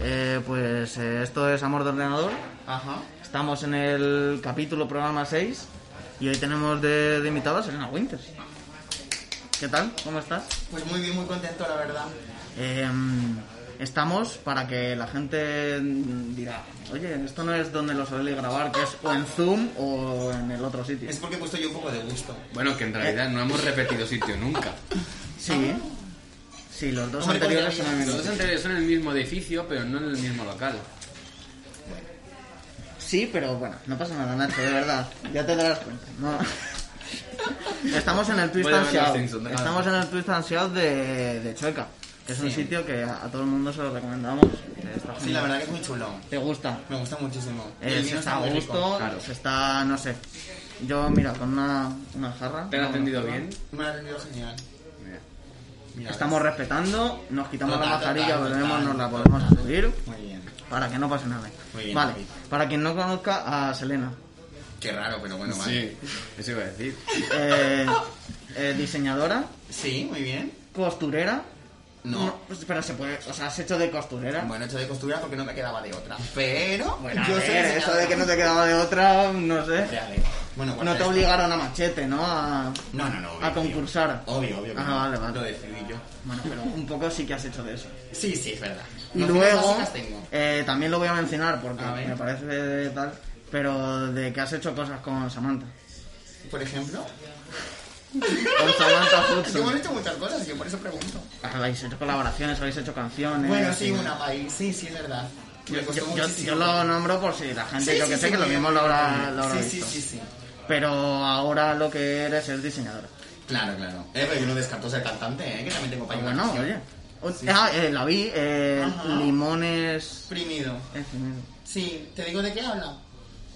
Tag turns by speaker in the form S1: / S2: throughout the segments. S1: Eh, pues, Esto es Amor de Ordenador.
S2: Ajá.
S1: Estamos en el capítulo programa 6 y hoy tenemos de, de invitada a Serena Winters. ¿Qué tal? ¿Cómo estás?
S2: Pues muy bien, muy contento, la verdad.
S1: Eh, estamos para que la gente mm, dirá, oye, esto no es donde lo soléis grabar, que es o en Zoom o en el otro sitio.
S2: Es porque he puesto yo un poco de gusto.
S3: Bueno, que en realidad no hemos repetido sitio nunca.
S1: Sí, sí, los dos
S2: Hombre, pues
S1: anteriores
S2: coño,
S1: son en el
S3: Los
S1: mismo
S3: dos
S1: sitio.
S3: anteriores son en el mismo edificio, pero no en el mismo local.
S1: Sí, pero bueno, no pasa nada, Nacho, de verdad. Ya te darás cuenta. No. Estamos en el Twist
S3: Voy a
S1: and
S3: ver los
S1: Shout.
S3: Simpsons, déjame.
S1: Estamos en el Twist and Shout de, de Chueca, que es un sitio que a, a todo el mundo se lo recomendamos. que está
S2: Sí, la
S1: genial.
S2: verdad que es muy chulo.
S1: Te gusta.
S2: Me gusta muchísimo. Y
S1: Mm. Eh,
S2: el
S1: se
S2: vino
S1: está a
S2: muy rico.
S1: gusto,
S3: claro.
S1: se está, no sé. Yo, mira, con una, una jarra.
S3: ¿Te han
S1: no,
S3: atendido
S1: no,
S3: bien?
S2: Me ha rendido genial.
S3: Mira.
S2: Mira,
S1: Estamos respetando, nos quitamos
S2: Total,
S1: la mascarilla,
S2: total,
S1: volvemos, nos la
S2: total,
S1: volvemos a
S2: total.
S1: subir
S2: Muy bien.
S1: para que no pase nada.
S2: Muy bien,
S1: vale,
S2: David.
S1: para quien no conozca a Selena,
S2: Qué raro, pero bueno, vale.
S3: Sí, eso iba a decir.
S1: eh, eh, diseñadora,
S2: Sí, muy bien.
S1: costurera.
S2: No.
S1: pues, pero se puede, o sea, has hecho de costurera.
S2: Bueno, he hecho de costura porque no me quedaba de otra. Pero.
S1: Ah. Bueno, a
S2: yo soy
S1: ver, eso
S2: diseñadora.
S1: de que no te quedaba de otra, no sé.
S2: Hombre, a ver. Bueno,
S1: No
S2: guarda
S1: te
S2: esto.
S1: obligaron a machete, ¿no? A,
S2: No, no, no. obvio,
S1: a concursar.
S2: tío. Obvio, obvio. que
S1: Ah,
S2: no.
S1: vale, vale.
S2: Lo decidí yo.
S1: Bueno, pero un poco sí que has hecho de eso.
S2: Sí, sí, es verdad.
S1: Y
S2: Nociones
S1: luego,
S2: básicas tengo.
S1: eh, también lo voy a mencionar porque
S2: A ver.
S1: me parece de tal, pero de que has hecho cosas con Samantha.
S2: Por ejemplo.
S1: Con Samantha
S2: Sí, hemos
S1: Hudson.
S2: hecho muchas cosas y yo por eso pregunto.
S1: Habéis hecho colaboraciones, habéis hecho canciones.
S2: Bueno, sí,
S1: y-
S2: una ahí. Sí, sí, es verdad. Me
S1: Eh, Yo,
S2: costó
S1: yo- yo
S2: muchísimo.
S1: lo nombro por si la gente,
S2: Sí,
S1: yo
S2: sí,
S1: que sé,
S2: sí,
S1: que lo
S2: muy
S1: mismo
S2: bien.
S1: lo habrá, lo habrá
S2: sí,
S1: visto.
S2: Sí, sí, sí.
S1: Pero ahora lo que eres es diseñadora.
S2: Claro, claro. Eh, pero yo no descarto ser cantante, ¿eh? Que también tengo para
S1: Ah, Pues Bueno,
S2: una
S1: oye.
S2: canción.
S1: O- Ah, eh, la vi, eh,
S2: Ajá.
S1: Limones.
S2: Primido.
S1: eh, primero.
S2: Sí, ¿te digo de qué habla?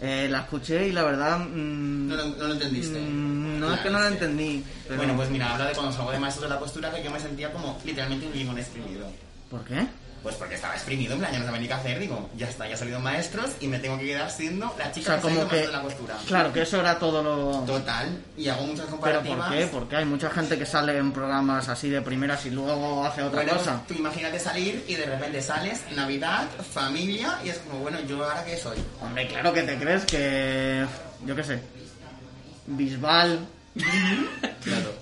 S1: Eh, la escuché y la verdad. mm,
S2: No lo, no lo entendiste.
S1: mm, no, es
S2: Claro,
S1: que no la
S2: sí.
S1: entendí. pero-
S2: Bueno, pues mira, habla de cuando salgo de maestro de la costura que yo me sentía como literalmente un limón exprimido.
S1: ¿Por qué?
S2: Pues porque estaba exprimido, en plan, ya no sabía ni qué hacer, digo, ya está, ya he salido maestros y me tengo que quedar siendo la
S1: O
S2: chica
S1: sea,
S2: que ha salido
S1: como que.
S2: maestro de la costura.
S1: Claro, que eso era todo lo.
S2: Total, y hago muchas
S1: Pero
S2: comparativas.
S1: ¿por qué? Porque hay mucha gente que sale en programas así de primeras y luego hace otra
S2: Bueno,
S1: cosa.
S2: tú imagínate salir y de repente sales, Navidad, familia, y es como, bueno, ¿yo ahora qué soy?
S1: Hombre, claro que te crees que. Yo qué sé. Bisbal
S2: Claro.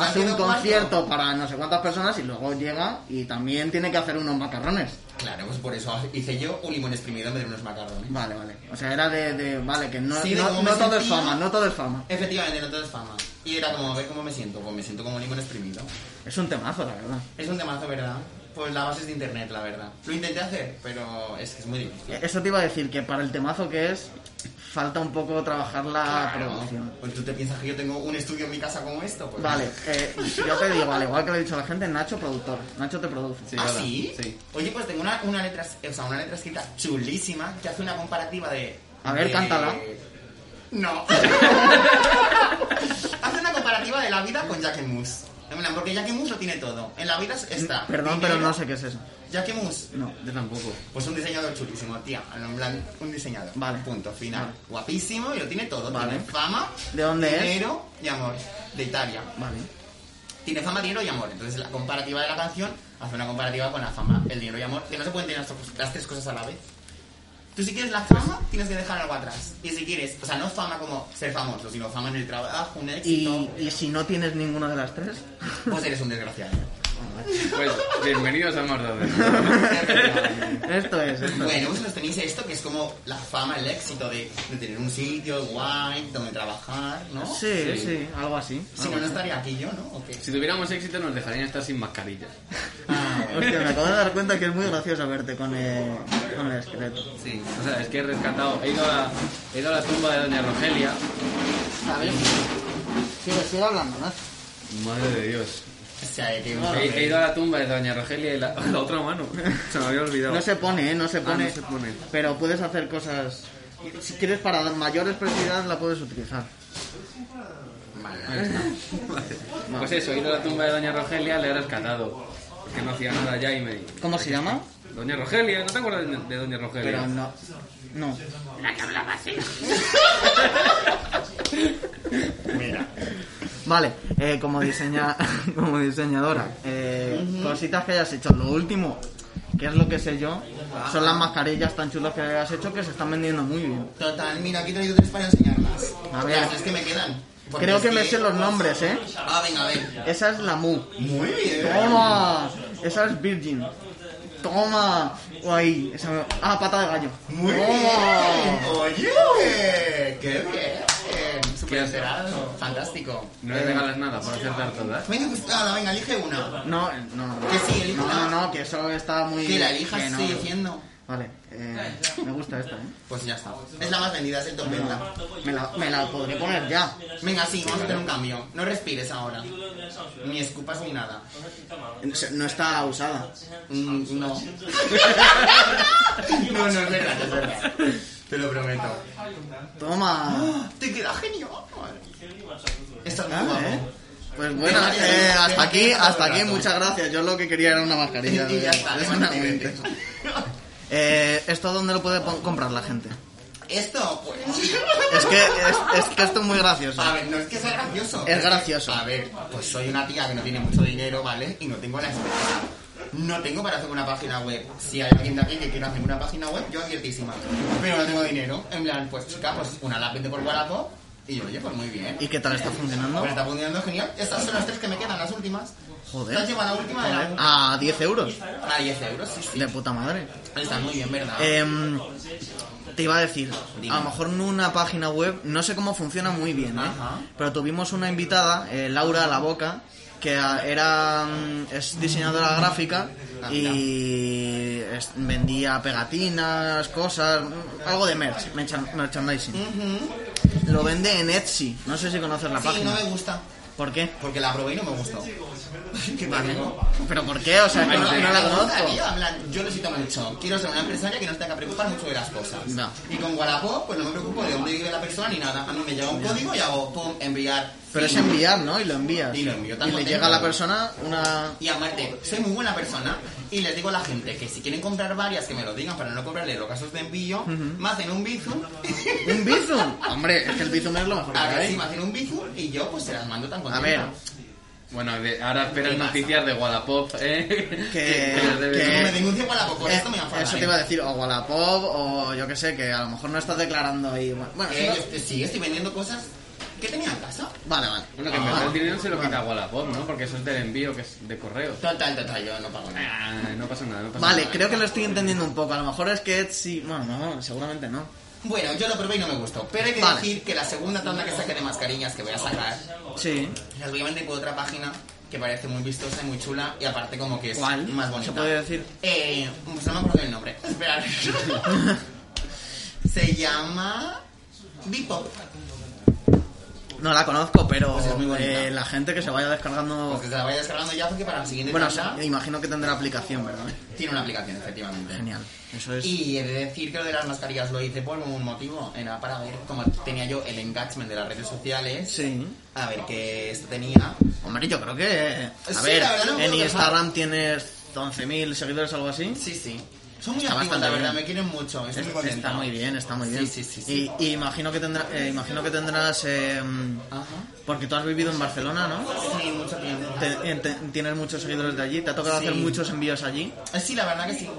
S1: hace un concierto para no sé cuántas personas y luego llega y también tiene que hacer unos macarrones.
S2: Claro, pues por eso hice yo un limón exprimido en vez de unos macarrones.
S1: Vale, vale. O sea, era de. de- vale, que no,
S2: Sí, de
S1: no-
S2: cómo
S1: no
S2: me
S1: todo es
S2: sentía.
S1: fama, no todo es fama.
S2: Efectivamente, no todo es fama. Y era como, a ver cómo me siento, pues me siento como un limón exprimido.
S1: Es un temazo, la verdad.
S2: Es un temazo, ¿verdad? Pues la base es de internet, la verdad. Lo intenté hacer, pero es que es muy difícil.
S1: Eh, Eso te iba a decir, que para el temazo que es, falta un poco trabajar la
S2: Claro.
S1: Ah, producción.
S2: Pues tú te piensas que yo tengo un estudio en mi casa como esto, pues.
S1: Vale, eh, yo te digo, al igual que lo he dicho a la gente, Nacho productor. Nacho te produce.
S3: Sí,
S2: ¿Ah,
S3: hola.
S2: sí?
S3: Sí.
S2: Oye, pues tengo una, una letra, o sea, una letra escrita chulísima que hace una comparativa de.
S1: A ver,
S2: de-
S1: cántala.
S2: No. hace una comparativa de la vida con Jacquemus. En plan, porque Jacquemus lo tiene todo. En la vida está.
S1: Perdón, pero no sé qué es eso.
S2: Jacquemus.
S1: No.
S3: Yo tampoco.
S2: Pues un diseñador chulísimo, tía. En plan, un diseñador.
S1: Vale.
S2: Punto, final.
S1: Vale.
S2: Guapísimo y lo tiene todo.
S1: Vale.
S2: Tiene fama,
S1: ¿De dónde es?
S2: dinero y amor. De Italia.
S1: Vale.
S2: Tiene fama, dinero y amor. Entonces la comparativa de la canción hace una comparativa con la fama, el dinero y amor. Que no se pueden tener las, to- las tres cosas a la vez. Tú si quieres la fama, tienes que dejar algo atrás. Y si quieres, o sea, no fama como ser famoso, sino fama en el trabajo, un éxito,
S1: Y, y si no tienes ninguna de las tres,
S2: pues eres un desgraciado.
S3: Pues bienvenidos a Mordor.
S1: esto es. esto es.
S2: Bueno, vosotros tenéis esto que es como la fama, el éxito de, de tener un sitio guay donde trabajar, ¿no?
S1: Sí, sí,
S3: Sí.
S1: algo así.
S2: Si no, no estaría aquí yo, ¿no? ¿O qué?
S3: Si tuviéramos éxito nos dejarían estar sin mascarillas.
S2: Ah, bueno.
S1: Hostia, me acabo de dar cuenta que es muy gracioso verte con el, con el esqueleto.
S3: Sí. O sea, es que he rescatado, he ido a, he ido a la tumba de Doña Rogelia.
S1: Sigue, sigue hablando, ¿no?
S3: Madre de Dios.
S2: O sea, eh, que
S3: He, he ido a la tumba de Doña Rogelia y la, la otra mano. Se me había olvidado.
S1: No se pone, ¿eh? No se
S3: Ah,
S1: pone.
S3: no se pone.
S1: Pero puedes hacer cosas. Si quieres para dar mayores prioridades la puedes utilizar.
S2: Vale.
S3: Ahí está. Pues eso, he ido a la tumba de Doña Rogelia, le he rescatado. Porque no hacía nada ya y me...
S1: ¿Cómo se llama?
S3: Doña Rogelia, ¿no te acuerdas de, de Doña Rogelia?
S1: Pero no. No.
S2: Mira.
S1: Vale, eh, como, diseña, como diseñadora, eh, cositas que hayas hecho. Lo último, que es lo que sé yo, son las mascarillas tan chulas que has hecho que se están vendiendo muy bien.
S2: Total, mira, aquí he traído tres para enseñarlas.
S1: A
S2: A
S1: ver.
S2: ver, las tres que me quedan. Porque
S1: Creo
S2: es
S1: que me sé los nombres, ¿eh?
S2: Ah, venga, a ver.
S1: Esa es la Mu.
S2: Muy bien.
S1: ¡Toma! Esa es Virgin. ¡Toma! Guay. Esa me- Ah, pata de gallo.
S2: Muy
S1: ¡Toma!
S2: bien. Oye, qué bien. Súper enterado. Fantástico.
S3: No le regalas nada por acertar todas.
S2: Venga, pues nada, venga, elige una.
S1: No, eh, no, no.
S2: Que sí, elija
S1: No,
S2: la-
S1: no, que eso está muy...
S2: Que la elijas,
S1: que no.
S2: estoy diciendo.
S1: Vale, eh, me gusta esta, ¿eh?
S2: Pues ya está. Es la más vendida, es el top venta.
S1: Me la, me la podré poner ya.
S2: Venga, sí, vamos a hacer un cambio. No respires ahora. Ni escupas ni nada.
S1: Se- No está usada.
S2: Mm, no. no, no, es verdad, es verdad. Te lo prometo.
S1: ¡Toma!
S2: ¡Ah! Te queda genial. Estás muy
S1: Ah,
S2: guapo.
S1: ¿eh? Pues bueno, eh, hasta aquí, hasta aquí, muchas gracias. Yo lo que quería era una
S2: Y
S1: mascarilla.
S2: ya está,
S1: de- de-
S2: te mando un
S1: solamente.
S2: beso.
S1: Eh, ¿Esto dónde lo puede po- comprar la gente?
S2: Esto, pues.
S1: Es que, es, es que esto es muy gracioso.
S2: A ver, no es que sea gracioso.
S1: Es gracioso.
S2: A ver, pues soy una tía que no tiene mucho dinero, ¿vale? Y no tengo la experiencia. No tengo para hacer una página web. Si hay alguien de aquí que quiera hacer una página web, yo abiertísima. Pero no tengo dinero. En plan, pues chica, pues una la vende por Wallapop. Y yo, oye, pues muy bien.
S1: ¿Y qué tal está funcionando?
S2: Pero está funcionando genial. Estas son las tres que me quedan, las últimas.
S1: Joder.
S2: Las llevo a la última de la...
S1: A 10 euros.
S2: A 10 euros, sí, sí.
S1: De puta madre.
S2: Está muy bien, ¿verdad?
S1: Em, te iba a decir,
S2: Dime.
S1: a lo mejor en una página web, no sé cómo funciona muy bien, ¿eh?
S2: Ajá.
S1: pero tuvimos una invitada, eh, Laura La Boca, que a- era mm, es diseñadora gráfica
S2: Ah,
S1: y es- vendía pegatinas, cosas, mm, algo de merch, merchan- merchandising.
S2: Ujú.
S1: Lo vende en Etsy, no sé si conoces la
S2: Sí, no
S1: página.
S2: me gusta.
S1: ¿Por qué?
S2: Porque la probé y no me gustó. ¿Qué te digo?
S1: ¿Pero por qué? O sea, no,
S2: Pero
S1: no la
S2: me gusta,
S1: conozco.
S2: tío, en plan, yo necesito mucho. Quiero ser una empresaria que no se tenga que preocupar mucho de las cosas.
S1: No.
S2: Y con Wallapop, pues no me preocupo de dónde vive la persona ni nada. A mí me llega un código y hago pum, enviar.
S1: Pero es
S2: fin.
S1: enviar, ¿no? Y lo envías.
S2: Y lo envío, tan
S1: le
S2: contento.
S1: llega a la persona una...
S2: Y aparte, soy muy buena persona y les digo a la gente que si quieren comprar varias, que me lo digan para no cobrarle los gastos de envío, me hacen un bizum.
S1: ¿Un bizum? Hombre, es que el bizum es lo mejor que
S2: A ver,
S1: hay.
S2: sí, me hacen un bizum y yo pues se las mando tan
S1: A
S2: contenta.
S1: ver,
S3: Bueno, de- ahora esperas
S2: ¿Qué pasa?
S3: noticias de Wallapop, ¿eh? Que, nos debe-
S1: que-
S2: Como me denuncie Wallapop, por
S1: eh,
S2: esto me van a
S1: eso te iba a decir, o Wallapop, o yo que sé, que a lo mejor no estás declarando ahí. Bueno, bueno,
S2: Eh,
S1: si no-
S2: sí, estoy vendiendo cosas que tenía en casa.
S1: vale, vale.
S3: Bueno, que en
S2: Ah,
S3: verdad el dinero se lo quita Wallapop, ¿no? Porque eso es del envío, que es de correo.
S2: Total, total, yo no pago nada.
S3: Ah, no pasa nada, no pasa
S1: Vale,
S3: nada.
S1: creo que lo estoy entendiendo un poco. A lo mejor es que Etsy. Bueno, no, seguramente no.
S2: Bueno, yo lo probé y no me gustó. Pero hay que
S1: Vale.
S2: decir que la segunda tanda que saque de mascarillas que voy a sacar,
S1: Sí.
S2: las voy a vender por otra página que parece muy vistosa y muy chula y aparte como que es
S1: ¿Cuál?
S2: más bonita.
S1: ¿Se puede decir?
S2: Eh, pues no me acuerdo el nombre. Esperar. Se llama Bipop.
S1: No la conozco, pero
S2: Pues es muy bonita.
S1: eh, la gente que se vaya descargando.
S2: Pues que se la vaya descargando ya porque para la siguiente
S1: Bueno,
S2: tanda
S1: se- imagino que tendrá aplicación, ¿verdad?
S2: tiene una aplicación, efectivamente.
S1: Genial. Eso es.
S2: Y he de decir que lo de las mascarillas lo hice por un motivo, era para ver cómo tenía yo el engagement de las redes sociales,
S1: Sí.
S2: a ver qué esto tenía.
S1: Hombre, yo creo que. A
S2: Sí,
S1: ver,
S2: la verdad no
S1: en
S2: puedo
S1: Instagram tienes 11.000 seguidores, algo así.
S2: Sí, sí. Son muy
S1: Está
S2: activos,
S1: bastante
S2: la verdad,
S1: bien.
S2: me quieren mucho. Estoy muy
S1: Está,
S2: contento.
S1: muy bien, está muy bien.
S2: Sí, sí, sí, sí.
S1: Y, y imagino que tendrá, eh, imagino que tendrás, eh,
S2: Ajá.
S1: porque tú has vivido en Barcelona, ¿no?
S2: Sí, mucho tiempo.
S1: Te- eh, te- tienes muchos seguidores de allí, te ha tocado
S2: Sí.
S1: hacer muchos envíos allí.
S2: Eh, Sí, la verdad que sí.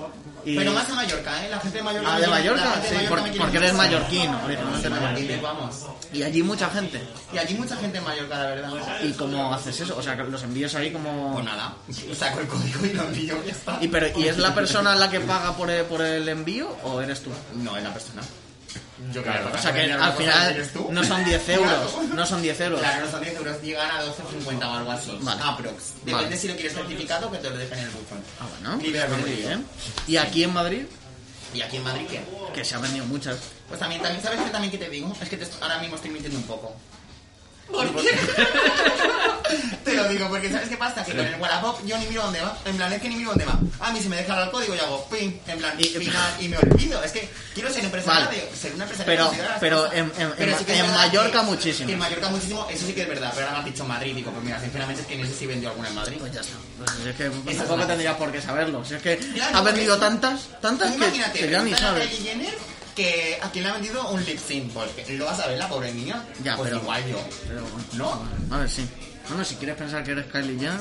S1: Y-
S2: Pero más a Mallorca, ¿eh? La gente de Mallorca.
S1: Ah, de
S2: la gente
S1: Mallorca, sí,
S2: Mallorca
S1: por-
S2: me quiere
S1: porque eres
S2: mucho.
S1: mallorquín, originalmente
S2: Sí,
S1: mallorquín.
S2: mallorquines, vamos.
S1: Y allí mucha gente.
S2: Y allí mucha gente en Mallorca, la verdad.
S1: ¿Y cómo haces eso? O sea, que los envíos ahí como...
S2: Pues nada, saco el código y lo envío y ya está.
S1: ¿Y, pero, ¿y es la persona la que paga por el, por el envío o eres tú?
S2: No, es la persona. Yo
S3: Claro,
S2: creo
S1: O sea que al final no son 10 euros, no son 10 euros.
S2: Claro, no son 10 euros, llegan a 12.50 o algo así.
S1: Vale.
S2: Aprox. Depende
S1: Vale.
S2: si lo quieres certificado que te lo dejen en el buzón.
S1: Ah, bueno,
S2: Ni idea,
S1: muy
S2: no digo.
S1: bien. ¿Y aquí en Madrid?
S2: ¿Y aquí en Madrid qué?
S1: Que se han vendido muchas.
S2: Pues también, también ¿sabes qué también que te digo? Es que te est- ahora mismo estoy mintiendo un poco.
S1: ¿Por
S2: te lo digo, porque ¿sabes qué pasa? Que con el Wallapop yo ni miro dónde va. En plan, es que ni miro dónde va. A mí si me dejan el código yo hago ping, en plan,
S1: Y-
S2: final, y me olvido. Es que quiero ser empresaria
S1: Vale.
S2: de- ser una empresaria
S1: Pero-
S2: de considerar las
S1: pero
S2: cosas.
S1: en- en- en-
S2: que es
S1: en
S2: verdad
S1: Mallorca
S2: que-
S1: muchísimo.
S2: que en Mallorca muchísimo, eso sí que es verdad. Pero ahora me has dicho Madrid, digo, pues mira, sinceramente es que no sé si vendió alguna en Madrid.
S1: Pues ya está. Pues es que
S2: es
S1: tampoco
S2: la-
S1: tendrías por qué saberlo. Si es que
S2: Claro,
S1: ha vendido
S2: porque-
S1: tantas, tantas que,
S2: Imagínate,
S1: que ya ni
S2: preguntarle a
S1: sabes.
S2: Kylie Jenner que a quién le ha vendido un lip sync, porque lo vas a ver la pobre niña.
S1: Ya,
S2: pues
S1: pero-
S2: igual yo.
S1: Pero bueno,
S2: ¿No?
S1: a ver, sí. Bueno, si quieres pensar que eres Kylie ya,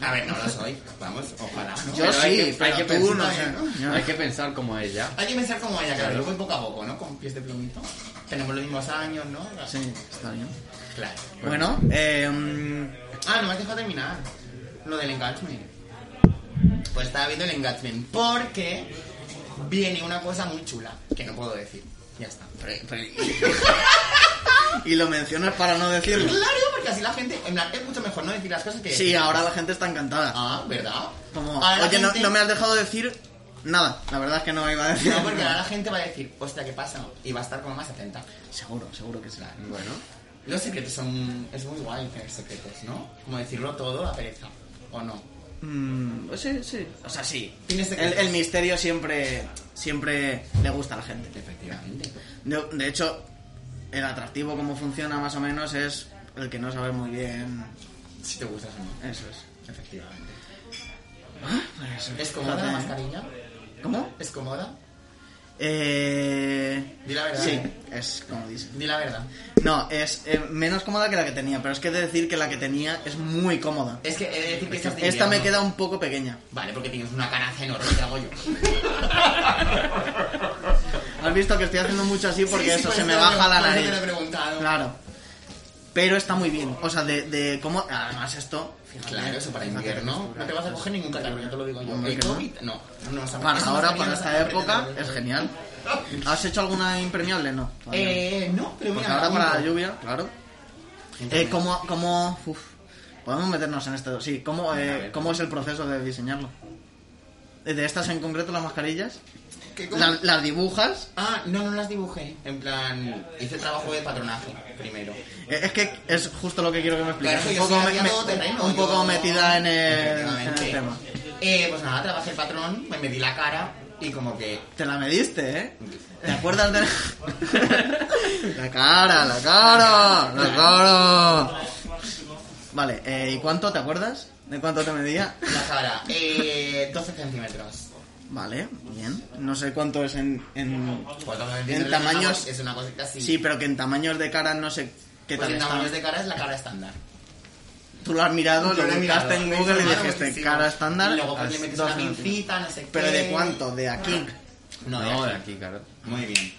S2: A ver, no lo soy. Vamos, ojalá.
S1: Yo
S3: Pero hay
S1: sí,
S3: que-
S1: pero
S3: hay que
S1: tú
S3: pensar,
S1: no
S2: ¿eh?
S1: sé.
S3: Hay que pensar como ella.
S2: Hay que pensar como ella, claro, luego voy poco a poco, ¿no? Con pies de plumito. Tenemos los mismos años, ¿no?
S1: Sí, está bien.
S2: Claro.
S1: Bueno, eh, mm,
S2: Ah, no me has dejado terminar. Lo del engagement. Pues estaba viendo el engagement. Porque viene una cosa muy chula que no puedo decir. Ya está.
S1: pre- pre- y lo mencionas para no decirlo.
S2: Claro, porque así la gente. En plan, es mucho mejor no decir las cosas que.
S1: Sí, ahora la gente está encantada.
S2: Ah, ¿verdad?
S1: Como,
S2: Ahora la
S1: oye, no,
S2: gente-
S1: no me has dejado decir nada. La verdad es que no iba a decir.
S2: No, porque ahora la gente va a decir, hostia, ¿qué pasa? Y va a estar como más atenta.
S1: Seguro, seguro que sí.
S3: Bueno,
S2: Los secretos son. Es muy guay tener secretos, ¿no? Como decirlo todo a pereza. ¿O no?
S1: Mm, pues sí, sí. O sea, sí.
S2: Tienes que-
S1: El, el misterio siempre, siempre le gusta a la gente.
S2: Efectivamente.
S1: De, de hecho, el atractivo como funciona más o menos es el que no sabe muy bien.
S2: Si te gustas o no.
S1: Eso es.
S2: Efectivamente.
S1: Pues,
S2: ¿Es cómoda la
S1: fíjate, ¿eh?
S2: mascarilla?
S1: ¿Cómo?
S2: ¿Es cómoda?
S1: Eh...
S2: Di la verdad.
S1: Sí, es como dice.
S2: Di la verdad.
S1: No, es eh, menos cómoda que la que tenía, pero es que he de decir que la que tenía es muy cómoda.
S2: Es que he de decir que estás de
S1: Esta me
S2: invierno.
S1: queda un poco pequeña.
S2: Vale, porque tienes una canaza enorme, te hago yo.
S1: Has visto que estoy haciendo mucho así porque
S2: Sí, sí,
S1: eso
S2: por
S1: se me
S2: te lo-
S1: baja la
S2: por eso
S1: nariz.
S2: Te lo he preguntado.
S1: Claro. Pero está muy bien. O sea, de, de cómo. Además, esto. Fíjate,
S2: Claro, eso para
S1: fíjate qué
S2: invierno.
S1: frescura.
S2: No te vas a coger ningún catarro, ya te lo digo yo.
S1: Hombre,
S2: El
S1: que no.
S2: COVID, no. no, no vas a-
S1: Para
S2: eso no
S1: ahora,
S2: sabía,
S1: para
S2: no
S1: esta
S2: sabía,
S1: época,
S2: pero-
S1: es genial. ¿Has hecho alguna impermeable? No. todavía no.
S2: Eh, no,
S1: Porque
S2: pero mira.
S1: Pues ahora
S2: me
S1: para la
S2: apunto.
S1: lluvia, claro. Eh, ¿Cómo, cómo- uf, podemos meternos en esto? Sí, ¿cómo, eh,
S2: A ver.
S1: ¿cómo es el proceso de diseñarlo? Eh, De estas en concreto, las mascarillas,
S2: ¿Qué cómo?
S1: las, las dibujas.
S2: Ah, no, no las dibujé. En plan, hice el trabajo de patronaje primero.
S1: Eh, Es que es justo lo que quiero que me expliques.
S2: Claro,
S1: un
S2: yo
S1: poco,
S2: soy
S1: me-
S2: aquí a
S1: me-
S2: todo terreno,
S1: un
S2: yo-
S1: poco metida en el, en el
S2: Efectivamente.
S1: tema.
S2: Eh, pues nada, trabajé el patrón, me medí la cara y como que
S1: Te la mediste, ¿eh? ¿Te acuerdas de...? la cara, la cara, la cara. Vale, eh, ¿y cuánto? ¿Te acuerdas? ¿De cuánto te medía?
S2: la cara, eh, 12 centímetros.
S1: Vale, bien. No sé cuánto es en... en...
S2: Cuando me
S1: En
S2: dicen el
S1: tamaños-
S2: Pues Es una cosita así.
S1: Sí, pero que en tamaños de cara no sé qué
S2: Pues
S1: tal
S2: en
S1: está.
S2: tamaños de cara es la cara estándar.
S1: Tú lo has mirado,
S2: Yo
S1: lo
S2: lo he
S1: buscaste
S2: mirado,
S1: en
S2: me
S1: Google y
S2: informaron
S1: dijiste
S2: muchísimo.
S1: cara estándar.
S2: Y luego pues,
S1: has
S2: le metes
S1: dos
S2: una
S1: centímetros.
S2: pincita, no sé qué. Ah.
S1: ¿Pero de cuánto? ¿De aquí?
S2: No, de
S3: no, de
S2: aquí.
S3: aquí, claro.
S2: Muy bien.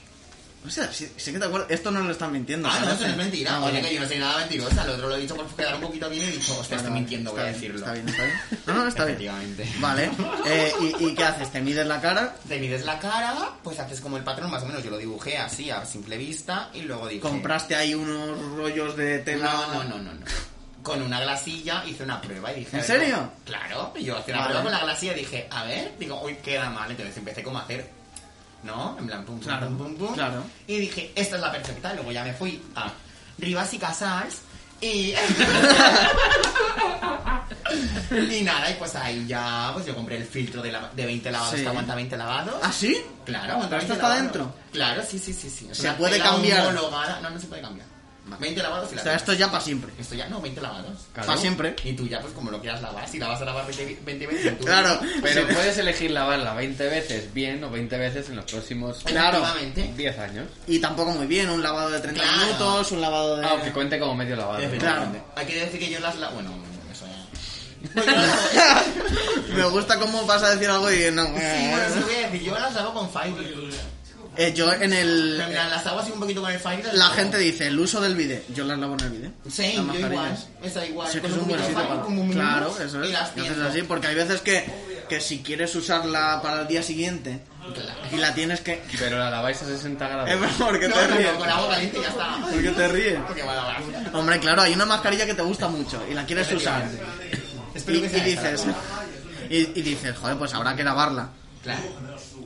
S1: O sea, sí, sí que te acuerdas. Esto no lo están mintiendo.
S2: Ah, no,
S1: ¿sabes?
S2: eso no es mentira.
S1: Ah,
S2: Oye,
S1: vale.
S2: que yo no soy nada mentirosa. Lo otro lo he dicho por quedar un poquito bien y he dicho, hostia, estoy mintiendo, voy
S1: Está
S2: a
S1: bien,
S2: decirlo.
S1: Está bien, está bien. No, no, está bien.
S2: Efectivamente.
S1: Vale. Eh, ¿y, y qué haces? ¿Te mides la cara?
S2: Te mides la cara, pues haces como el patrón, más o menos. Yo lo dibujé así, a simple vista, y luego dije...
S1: ¿Compraste ahí unos rollos de tela?
S2: No, no, no, no, no. Con una glasilla hice una prueba y dije...
S1: ¿En
S2: a ver,
S1: serio?
S2: Claro, y yo hacía la
S1: Vale.
S2: prueba con la glasilla y dije, a ver, digo, uy, queda mal. Entonces empecé como a hacer, ¿no? En plan, pum, pum,
S1: Claro,
S2: pum, pum, pum.
S1: claro.
S2: Y dije, esta es la perfecta. Luego ya me fui a Rivas y Casals y... y nada, y pues ahí ya, pues yo compré el filtro de, la- de 20 lavados
S1: Sí.
S2: que aguanta 20 lavados.
S1: ¿Ah, sí?
S2: Claro,
S1: ¿Pero esto
S2: totalmente
S1: está
S2: lavado.
S1: dentro?
S2: Claro, sí, sí, sí, sí. Es
S1: ¿Se
S2: una
S1: puede
S2: tela
S1: cambiar?
S2: homologada. No, no se puede cambiar. 20 lavados y
S1: O
S2: la
S1: sea, esto ya para siempre.
S2: esto ya no, 20 lavados.
S3: Claro.
S1: Para siempre.
S2: Y tú ya, pues como lo quieras lavar, si la vas a lavar 20 20 veces tú.
S1: Claro.
S3: Pero puedes elegir lavarla 20 veces bien o 20 veces en los próximos
S1: Claro.
S2: Efectivamente.
S3: 10 años.
S1: Y tampoco muy bien. Un lavado de 30
S2: Claro. Ah,
S1: minutos, un lavado de...
S3: Aunque cuente como medio lavado.
S2: Efectivamente.
S1: Claro.
S2: Hay que decir que yo las lavo. Bueno, eso ya. Pues yo las lavo-
S1: Me gusta cómo vas a decir algo y no.
S2: Sí, bueno, eso voy a decir. Yo las lavo con Fire.
S1: Eh, yo en el.
S2: Pero mira, las hago así un poquito con el Fire.
S1: La gente dice el uso del bide. Yo las lavo en el bide.
S2: Sí,
S1: Las
S2: yo igual.
S1: mascarillas.
S2: Esa igual.
S1: Sí, que
S2: con
S1: es un buen
S2: poquito
S1: sitio
S2: Fairy,
S1: para.
S2: como mínimo,
S1: Claro, eso es.
S2: Y
S1: Y
S2: las
S1: haces
S2: tiendo.
S1: así, porque hay veces que, que si quieres usarla para el día siguiente
S2: Claro.
S1: y la tienes que.
S3: Pero la laváis a 60
S1: Es
S3: grados.
S1: mejor que
S2: No,
S1: te
S2: no,
S1: ríes.
S2: no, con agua caliente y ya está.
S1: ¿Por qué te ríes?
S2: Porque va a lavar.
S1: Hombre, claro, hay una mascarilla que te gusta mucho y la quieres usar.
S2: Efectivamente.
S1: Y,
S2: Espero que
S1: y
S2: sea esa,
S1: dices.
S2: la verdad.
S1: Y, y dices, joder, pues habrá que lavarla.
S2: Claro.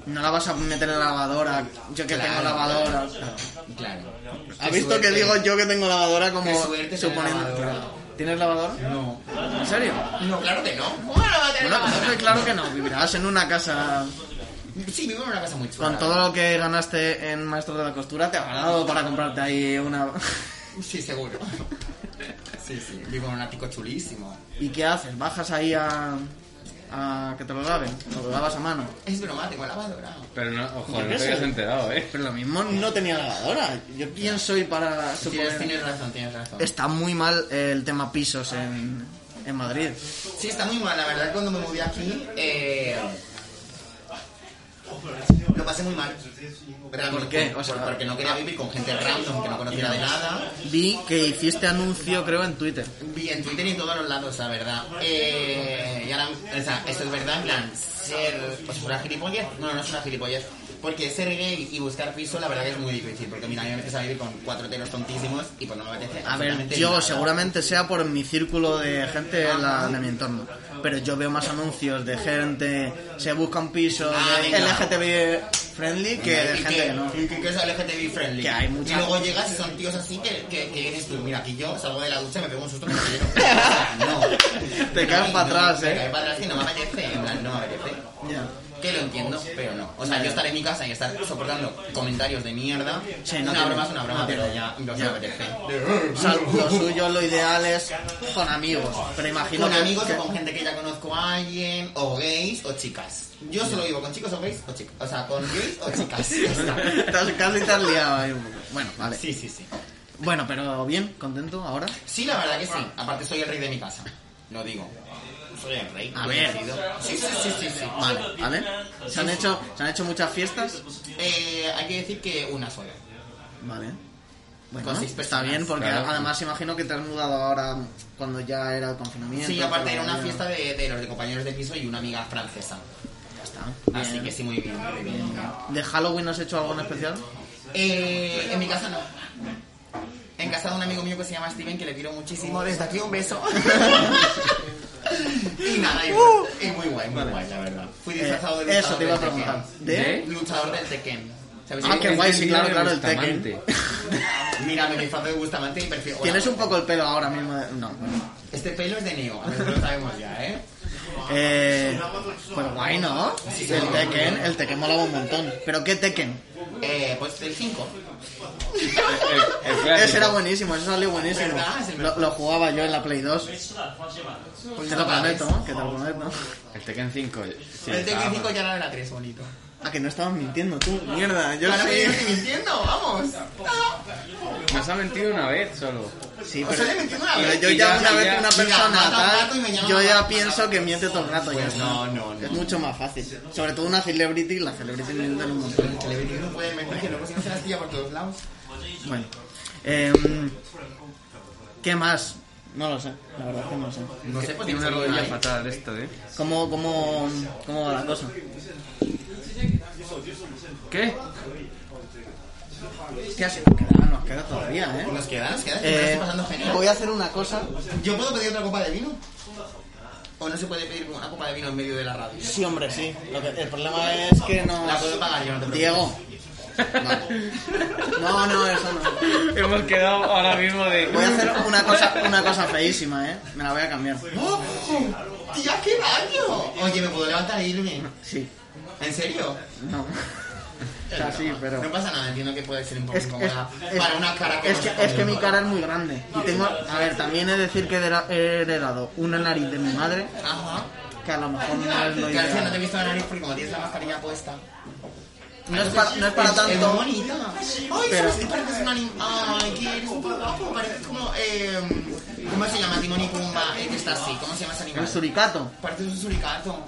S1: No la vas a meter en la lavadora. Yo que
S2: Claro,
S1: tengo lavadora.
S2: Claro.
S1: ¿Has
S2: Qué
S1: visto que
S2: suerte.
S1: digo yo que tengo lavadora como
S2: Qué suerte
S1: suponiendo?
S2: tener lavadora.
S1: ¿Tienes lavadora?
S2: No.
S1: ¿En serio?
S2: No, claro que no. ¿Cómo no va a tener
S1: Bueno,
S2: lavadora?
S1: pues, claro que no. Vivirás en una casa
S2: Sí, vivo en una casa muy chula.
S1: con todo lo que ganaste en Maestro de la Costura. Te habrá dado para comprarte ahí una...
S2: Sí, seguro. Sí, sí. Vivo en un ático chulísimo.
S1: ¿Y qué haces? ¿Bajas ahí a, a que te lo laven? ¿O lo lavas a mano?
S2: Es broma, tengo lavadora.
S3: Pero no, ojo,
S1: Yo
S3: no
S1: qué
S3: te habías
S1: sé.
S3: enterado, ¿eh?
S1: Pero lo mismo no tenía lavadora. Yo quién soy para
S2: Tienes,
S1: suponer...
S2: tienes razón, tienes razón.
S1: Está muy mal el tema pisos en, en Madrid.
S2: Sí, está muy mal, la verdad. Cuando me mudé aquí, eh, lo pasé muy mal. Realmente,
S1: ¿Por qué? O sea,
S2: por- porque no quería vivir con gente random que no conociera de nada.
S1: Vi que hiciste anuncio, creo, en Twitter.
S2: Vi en Twitter y en todos los lados, la verdad. Eh, y ahora, o sea, esto es verdad, en plan, ser. Pues una gilipollez. No, no es una gilipollez. Porque ser gay y buscar piso, la verdad que es muy difícil. Porque mira, a mí me empieza a vivir con cuatro teros tontísimos y pues no me apetece.
S1: A ver,
S2: absolutamente
S1: yo
S2: nada.
S1: seguramente sea por mi círculo de gente de, la- de mi entorno. Pero yo veo más anuncios de gente, se busca un piso
S2: Ah,
S1: de
S2: venga.
S1: LGTB friendly que de
S2: Y
S1: gente que no.
S2: y que- que es LGTB friendly.
S1: Que hay mucha-
S2: Y luego llegas y son tíos así que, que, que vienes tú. Mira, aquí yo salgo de la ducha, me pego un susto, me quiero. O sea, no.
S1: Te caes
S2: No,
S1: pa' atrás,
S2: no,
S1: eh.
S2: Te caes para atrás y no me apetece. En plan, no me apetece.
S1: Ya.
S2: Que lo entiendo, pero no. O sea, yo estaré en mi casa y estar soportando comentarios de mierda.
S1: Sí, no
S2: una
S1: tiene-
S2: broma es una broma,
S1: no tiene-
S2: pero ya, ya,
S1: ya.
S2: me apetece.
S1: O sea, lo suyo, lo ideal es con amigos. Pero imagino
S2: Con
S1: que-
S2: amigos
S1: que-
S2: o con gente que ya conozco a alguien, o gays o chicas. Yo solo vivo con chicos o gays o chicas. O sea, con gays o chicas. Ya está.
S1: Estás- casi te has liado ahí un poco. Bueno, vale.
S2: Sí, sí, sí.
S1: Bueno, pero bien, contento ahora.
S2: Sí, la verdad que sí. Aparte soy el rey de mi casa. Lo digo. Soy el rey.
S1: A ver.
S2: Conocido. Sí, sí, sí, sí. sí.
S1: Vale, ¿vale? ¿Se han hecho, se han hecho muchas fiestas?
S2: Eh, hay que decir que una sola.
S1: Vale. Bueno,
S2: Con seis
S1: está bien,
S2: personas,
S1: porque
S3: claro.
S1: además imagino que te has mudado ahora cuando ya era el confinamiento.
S2: Sí, aparte era una
S1: pero-
S2: fiesta de, de los de compañeros de piso y una amiga francesa.
S1: Ya está.
S2: Así
S1: Bien.
S2: que sí, muy bien. Muy bien.
S1: ¿De Halloween has hecho algo en especial?
S2: Eh, en mi casa no. En casa de un amigo mío que se llama Steven, que le quiero muchísimo. Desde aquí un beso. y nada, y, y muy guay, muy guay, la verdad. Fui disfrazado de
S1: Uh. Eh, eso te iba a
S2: luchador del
S1: preguntar.
S2: Tekken.
S1: ¿De?
S3: ¿De?
S2: Luchador del Tekken. ¿Sabéis
S1: Ah,
S2: quién
S1: qué
S2: es?
S1: guay, sí, claro, claro, el
S3: Bustamante.
S1: Tekken.
S2: Mira, me disfrazo de Bustamante y prefiero... Hola.
S1: Tienes un poco el pelo ahora mismo. de- No, bueno.
S2: Este pelo es de Neo, a ver, lo sabemos ya, ¿eh?
S1: Eh, pues guay, ¿no?
S2: Sí,
S1: el
S2: sí.
S1: Tekken, el Tekken molaba un montón. ¿Pero qué Tekken?
S2: Eh, pues el 5.
S3: El- el clásico.
S1: Ese era buenísimo, ese salió buenísimo.
S2: ¿Verdad? Es el
S1: Lo,
S2: mejor. Pues
S1: lo jugaba yo en la Play 2. Te lo prometo, ¿no? Que te lo prometo.
S3: El Tekken 5. sí,
S2: el Tekken
S3: estaba
S2: 5
S3: mal.
S2: ya no era 3, bonito.
S1: Ah, que no estabas mintiendo tú. Mierda, yo
S2: claro que yo no
S1: sí.
S2: estoy mintiendo, vamos. Ah,
S3: Nos ha mentido una vez solo.
S1: Sí,
S2: o sea, le he mentido una
S1: Pero
S2: vez.
S1: yo
S3: Y
S1: ya
S3: ya-
S1: una
S3: y
S1: vez
S3: ya-
S1: una
S2: mira,
S1: persona
S2: mata un gato y me
S1: tal,
S2: llama
S1: yo ya
S2: mata-
S1: pienso que miente todo el rato.
S2: Pues
S1: ya.
S2: no, no, no.
S1: Es mucho más fácil. Sobre todo una celebrity, la celebrity mienten un montón.
S2: El Celebrity no puede mentir, que
S1: pues,
S2: luego si no se las pilla por todos lados.
S1: Bueno. Eh, ¿Qué más? No lo sé, la verdad que no lo sé.
S2: No sé, pues
S3: Tiene una
S2: tienes
S3: rodilla
S2: ahí.
S3: fatal esto, ¿eh?
S1: ¿Cómo, cómo, cómo va la cosa?
S3: ¿Qué?
S1: ¿Qué hace? Nos queda, nos queda todavía, ¿eh?
S2: Nos queda, nos queda. me lo
S1: Eh,
S2: estoy pasando genial.
S1: voy a hacer una cosa.
S2: ¿Yo puedo pedir otra copa de vino? ¿O no se puede pedir una copa de vino en medio de la radio?
S1: Sí, hombre, sí. Lo que- el problema es que no.
S2: La puedo pagar yo, no te preocupes.
S1: Diego. No, no, eso no.
S3: Hemos quedado ahora mismo de.
S1: Voy a hacer una cosa, una cosa feísima, ¿eh? Me la voy a cambiar.
S2: ¡Oh! ¡Tía, qué daño! Oye, ¿me puedo levantar e irme?
S1: Sí.
S2: ¿En serio?
S1: No. O sea, sí, pero...
S2: No pasa nada, entiendo que puede ser un poco
S1: Es, es-
S2: incómoda
S1: es-
S2: para una cara que
S1: es
S2: no
S1: que,
S2: se
S1: es que mi
S2: conoce.
S1: cara es muy grande. Y tengo... A ver, también he de decir que he dera- he heredado una nariz de mi madre,
S2: Ajá.
S1: que a lo mejor no es lo
S2: Claro, es que no te he
S1: ideal.
S2: visto la nariz porque como tienes la mascarilla puesta.
S1: No es para, no es para
S2: Es- es
S1: tanto...
S2: bonita. Ay,
S1: Pero-
S2: ¿sabes? Te pareces un anim... Ay, que eres un poco guapo. Pareces como... Eh, ¿Cómo se llama? Timón y Pumba. eh, que está así. ¿Cómo se llama ese
S1: El
S2: animal?
S1: suricato.
S2: Pareces un suricato.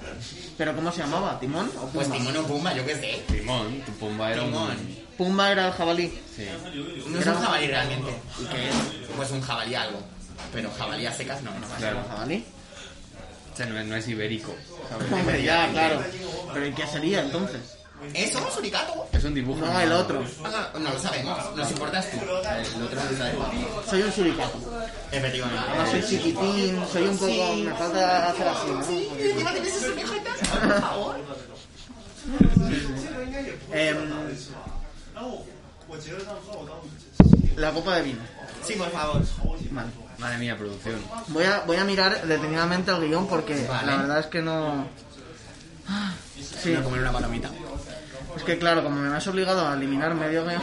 S1: ¿Pero cómo se llamaba? ¿Timón o
S2: Pues
S1: Pumba?
S2: Timón o Pumba, yo qué sé.
S3: Timón, tu pomba era un.
S2: Timón.
S1: Pumba era el jabalí.
S3: Sí.
S2: No es un jabalí realmente. ¿Y qué es? Pues un jabalí algo. Pero jabalí a secas no. no.
S3: Claro.
S1: ¿Jabalí?
S3: O sea, no, es- no es ibérico. ¿sabes?
S1: Hombre, ya, claro. ¿Pero y qué sería entonces?
S2: ¿Eso es un suricato?
S3: Es un dibujo.
S1: No, el otro.
S2: Ah, No lo sabemos. Nos importas tú. El otro no lo sabemos.
S1: Soy un suricato.
S2: Efectivamente.
S1: Además soy chiquitín, soy un poco... Me falta hacer así, ¿no?
S2: Sí, encima tienes esas orejetas, por favor.
S1: Em, la copa de vino.
S2: Sí, por favor.
S1: Vale.
S3: Madre mía, producción.
S1: Voy a, voy a mirar detenidamente el guión porque
S2: Vale.
S1: la verdad es que no... Ah, Sí,
S2: Voy a comer una palomita.
S1: es que claro, como me has obligado a eliminar medio guión,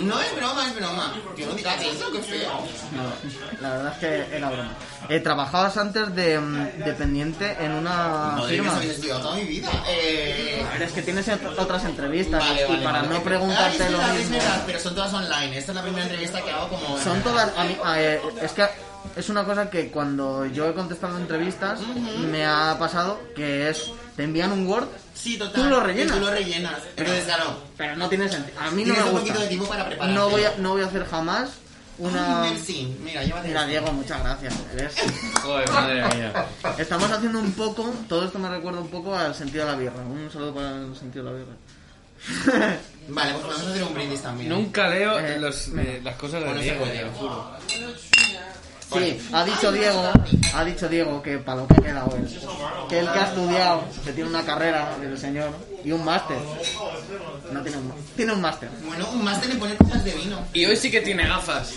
S2: No es broma, es broma. Que no digas eso, que feo.
S1: no, la verdad es que era broma. Eh, ¿Trabajabas antes de mm, dependiente en una
S2: Madre que
S1: firma?
S2: habéis estudiado toda mi vida. Eh...
S1: A ver, es que tienes ot- otras entrevistas
S2: Vale, vale,
S1: y para
S2: vale.
S1: no preguntarte
S2: Ah, es
S1: lo
S2: verdad,
S1: mismo...
S2: es verdad, pero son todas online. Esta es la primera entrevista que hago como...
S1: Son todas... a mí- a, eh, es que es una cosa que cuando yo he contestado entrevistas me ha pasado que es te envían un Word
S2: Sí, total.
S1: Tú lo rellenas.
S2: Tú lo rellenas. Entonces, claro.
S1: pero no tiene sentido a mí no me
S2: Tienes un
S1: gusta
S2: poquito de tiempo para prepararte.
S1: no voy a, no voy a hacer jamás una
S2: Ay, Merci. Mira, llévate.
S1: mira
S2: esto.
S1: Diego muchas gracias eres-
S3: Joder, madre mía.
S1: estamos haciendo un poco todo esto me recuerda un poco al sentido de la birra un saludo para el sentido de la birra
S2: Vale, pues podemos hacer un brindis también.
S3: Nunca leo
S1: Eh,
S3: los,
S1: venga.
S3: eh, las cosas
S2: Bueno,
S3: de
S2: se
S3: Diego,
S2: puede.
S3: te lo juro.
S1: Sí, ha dicho Diego, ha dicho Diego que para lo que ha quedado él, que el que ha estudiado, que tiene una carrera del señor y un máster. No tiene un máster, tiene un máster.
S2: Bueno, un máster en poner copas de vino.
S3: Y hoy sí que tiene gafas.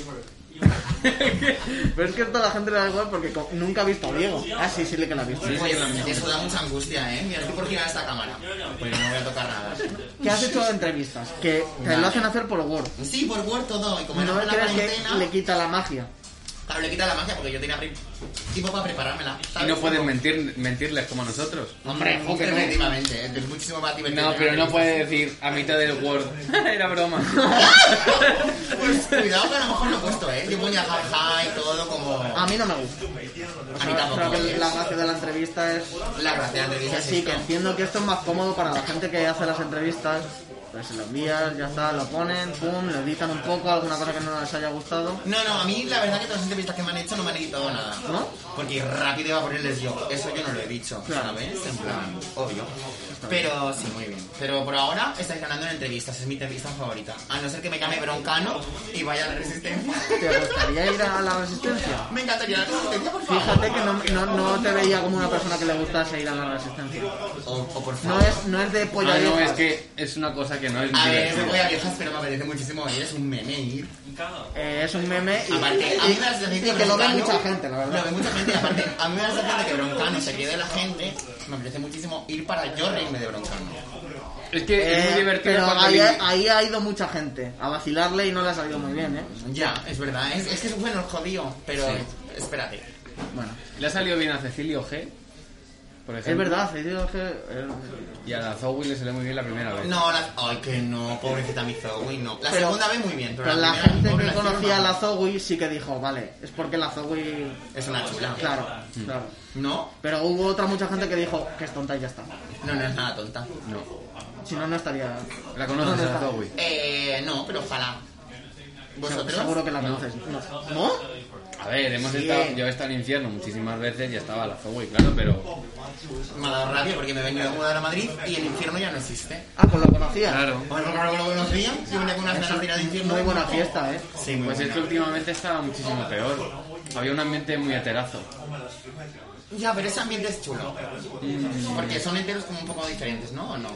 S1: Pero es que esto a la gente le da igual porque co- nunca ha visto a Diego. Ah, sí, sí le que la ha visto.
S3: Sí, sí,
S2: Pues,
S3: la mía.
S2: eso da mucha angustia, ¿eh? Mira, estoy por girar esta cámara. Pues no voy a tocar nada.
S1: ¿Qué has hecho de entrevistas? Que te lo hacen hacer por Word.
S2: Sí, por Word todo. Y como
S1: No
S2: era la
S1: crees
S2: cuarentena,
S1: que le quita la magia.
S2: claro, le quita la magia porque yo tenía pri- tiempo para preparármela.
S3: Y
S2: ¿sabes?
S3: no pueden mentir, mentirles como nosotros.
S2: Hombre,
S1: ¿cómo que no?
S2: efectivamente. ¿eh? Es muchísimo más divertido.
S3: No, pero no puede decir a mitad del Word. Era broma.
S2: Pues cuidado que a lo mejor lo he puesto, ¿eh? Yo ponía jaja y todo como...
S1: A mí no me gusta.
S2: A mí
S1: Creo
S2: tampoco.
S1: que la gracia de la entrevista es
S2: La gracia de
S1: Que
S2: dices
S1: sí, que
S2: esto.
S1: entiendo que esto es más cómodo para la gente que hace las entrevistas. Pues se lo envías, ya está, lo ponen, pum, lo editan un poco, alguna cosa que no les haya gustado.
S2: No, no, a mí la verdad que todas las entrevistas que me han hecho no me han editado nada.
S1: ¿No?
S2: Porque rápido iba a ponerles yo. Eso yo no lo he dicho,
S1: Claro.
S2: ¿sabes? En plan, obvio. Pero sí, muy bien. Pero por ahora estáis ganando en entrevistas. Es mi entrevista favorita. A no ser que me llame broncano y vaya a la resistencia.
S1: ¿Te gustaría ir a la resistencia?
S2: me encantaría la resistencia, por favor.
S1: Fíjate que no, no, no te veía como una persona que le gustase ir a la resistencia.
S2: O, o por
S1: No
S2: favor.
S1: es, no es de pollo
S3: Ah, no,
S1: viejas.
S3: es que es una cosa que no es
S2: A ver, me voy
S3: divertida.
S2: a viejas, pero me apetece muchísimo ir. Es un meme ir.
S1: Eh, es un meme y,
S2: Aparte, a mí me da la
S1: y-
S2: sensación
S1: y que lo ve
S2: Broncano-
S1: mucha gente, la
S2: Lo
S1: verdad.
S2: ve mucha gente, y aparte, a mí me da la sensación de que Broncano se ríe de la gente. Me apetece muchísimo ir para yo reírme de Broncano.
S3: Es que es
S1: Eh,
S3: muy divertido
S1: pero
S3: cuando...
S1: ahí,
S3: le-
S1: ahí ha ido mucha gente a vacilarle y no le ha salido muy bien, ¿eh?
S2: Ya, es verdad, es, es que es bueno el jodido, pero espérate.
S1: Bueno,
S3: Le ha salido bien a Cecilio G, por ejemplo.
S1: es verdad, sí, digo que... eh,
S3: Y a la Zoe le salió muy bien la primera vez.
S2: No, la, ay, que no, pobrecita mi Zoe, no. La
S1: Pero-
S2: segunda vez muy bien, pero,
S1: Pero la
S2: primera,
S1: gente
S2: pobre,
S1: que
S2: hicieron
S1: conocía a
S2: una-
S1: la Zoe sí que dijo, vale, es porque la Zoe...
S2: Es una chula.
S1: Claro,
S3: Mm.
S1: claro.
S2: ¿No?
S1: Pero hubo otra mucha gente que dijo que es tonta y ya está.
S2: No, no es nada tonta.
S3: No.
S1: Si no, no estaría...
S3: La conoces a la Zoe.
S2: Eh, no, pero ojalá. ¿Vosotros?
S1: Seguro que la conoces. No. ¿No?
S3: A ver, hemos
S1: Sí.
S3: estado, yo he estado en infierno muchísimas veces y estaba la Zoe, claro, pero...
S2: Me ha dado rabia porque me he venido a mudar a Madrid y el infierno ya no existe.
S1: Ah, pues lo conocía.
S3: Claro.
S2: Bueno, claro que lo conocía, yo venía con unas ganas de ir al infierno.
S1: Muy buena fiesta, ¿eh?
S2: Sí, muy
S3: Pues es
S2: buena.
S3: que últimamente estaba muchísimo peor. Había un ambiente muy heterazo.
S2: Ya, pero ese ambiente es chulo. Porque son enteros como un poco diferentes, ¿no? ¿O no?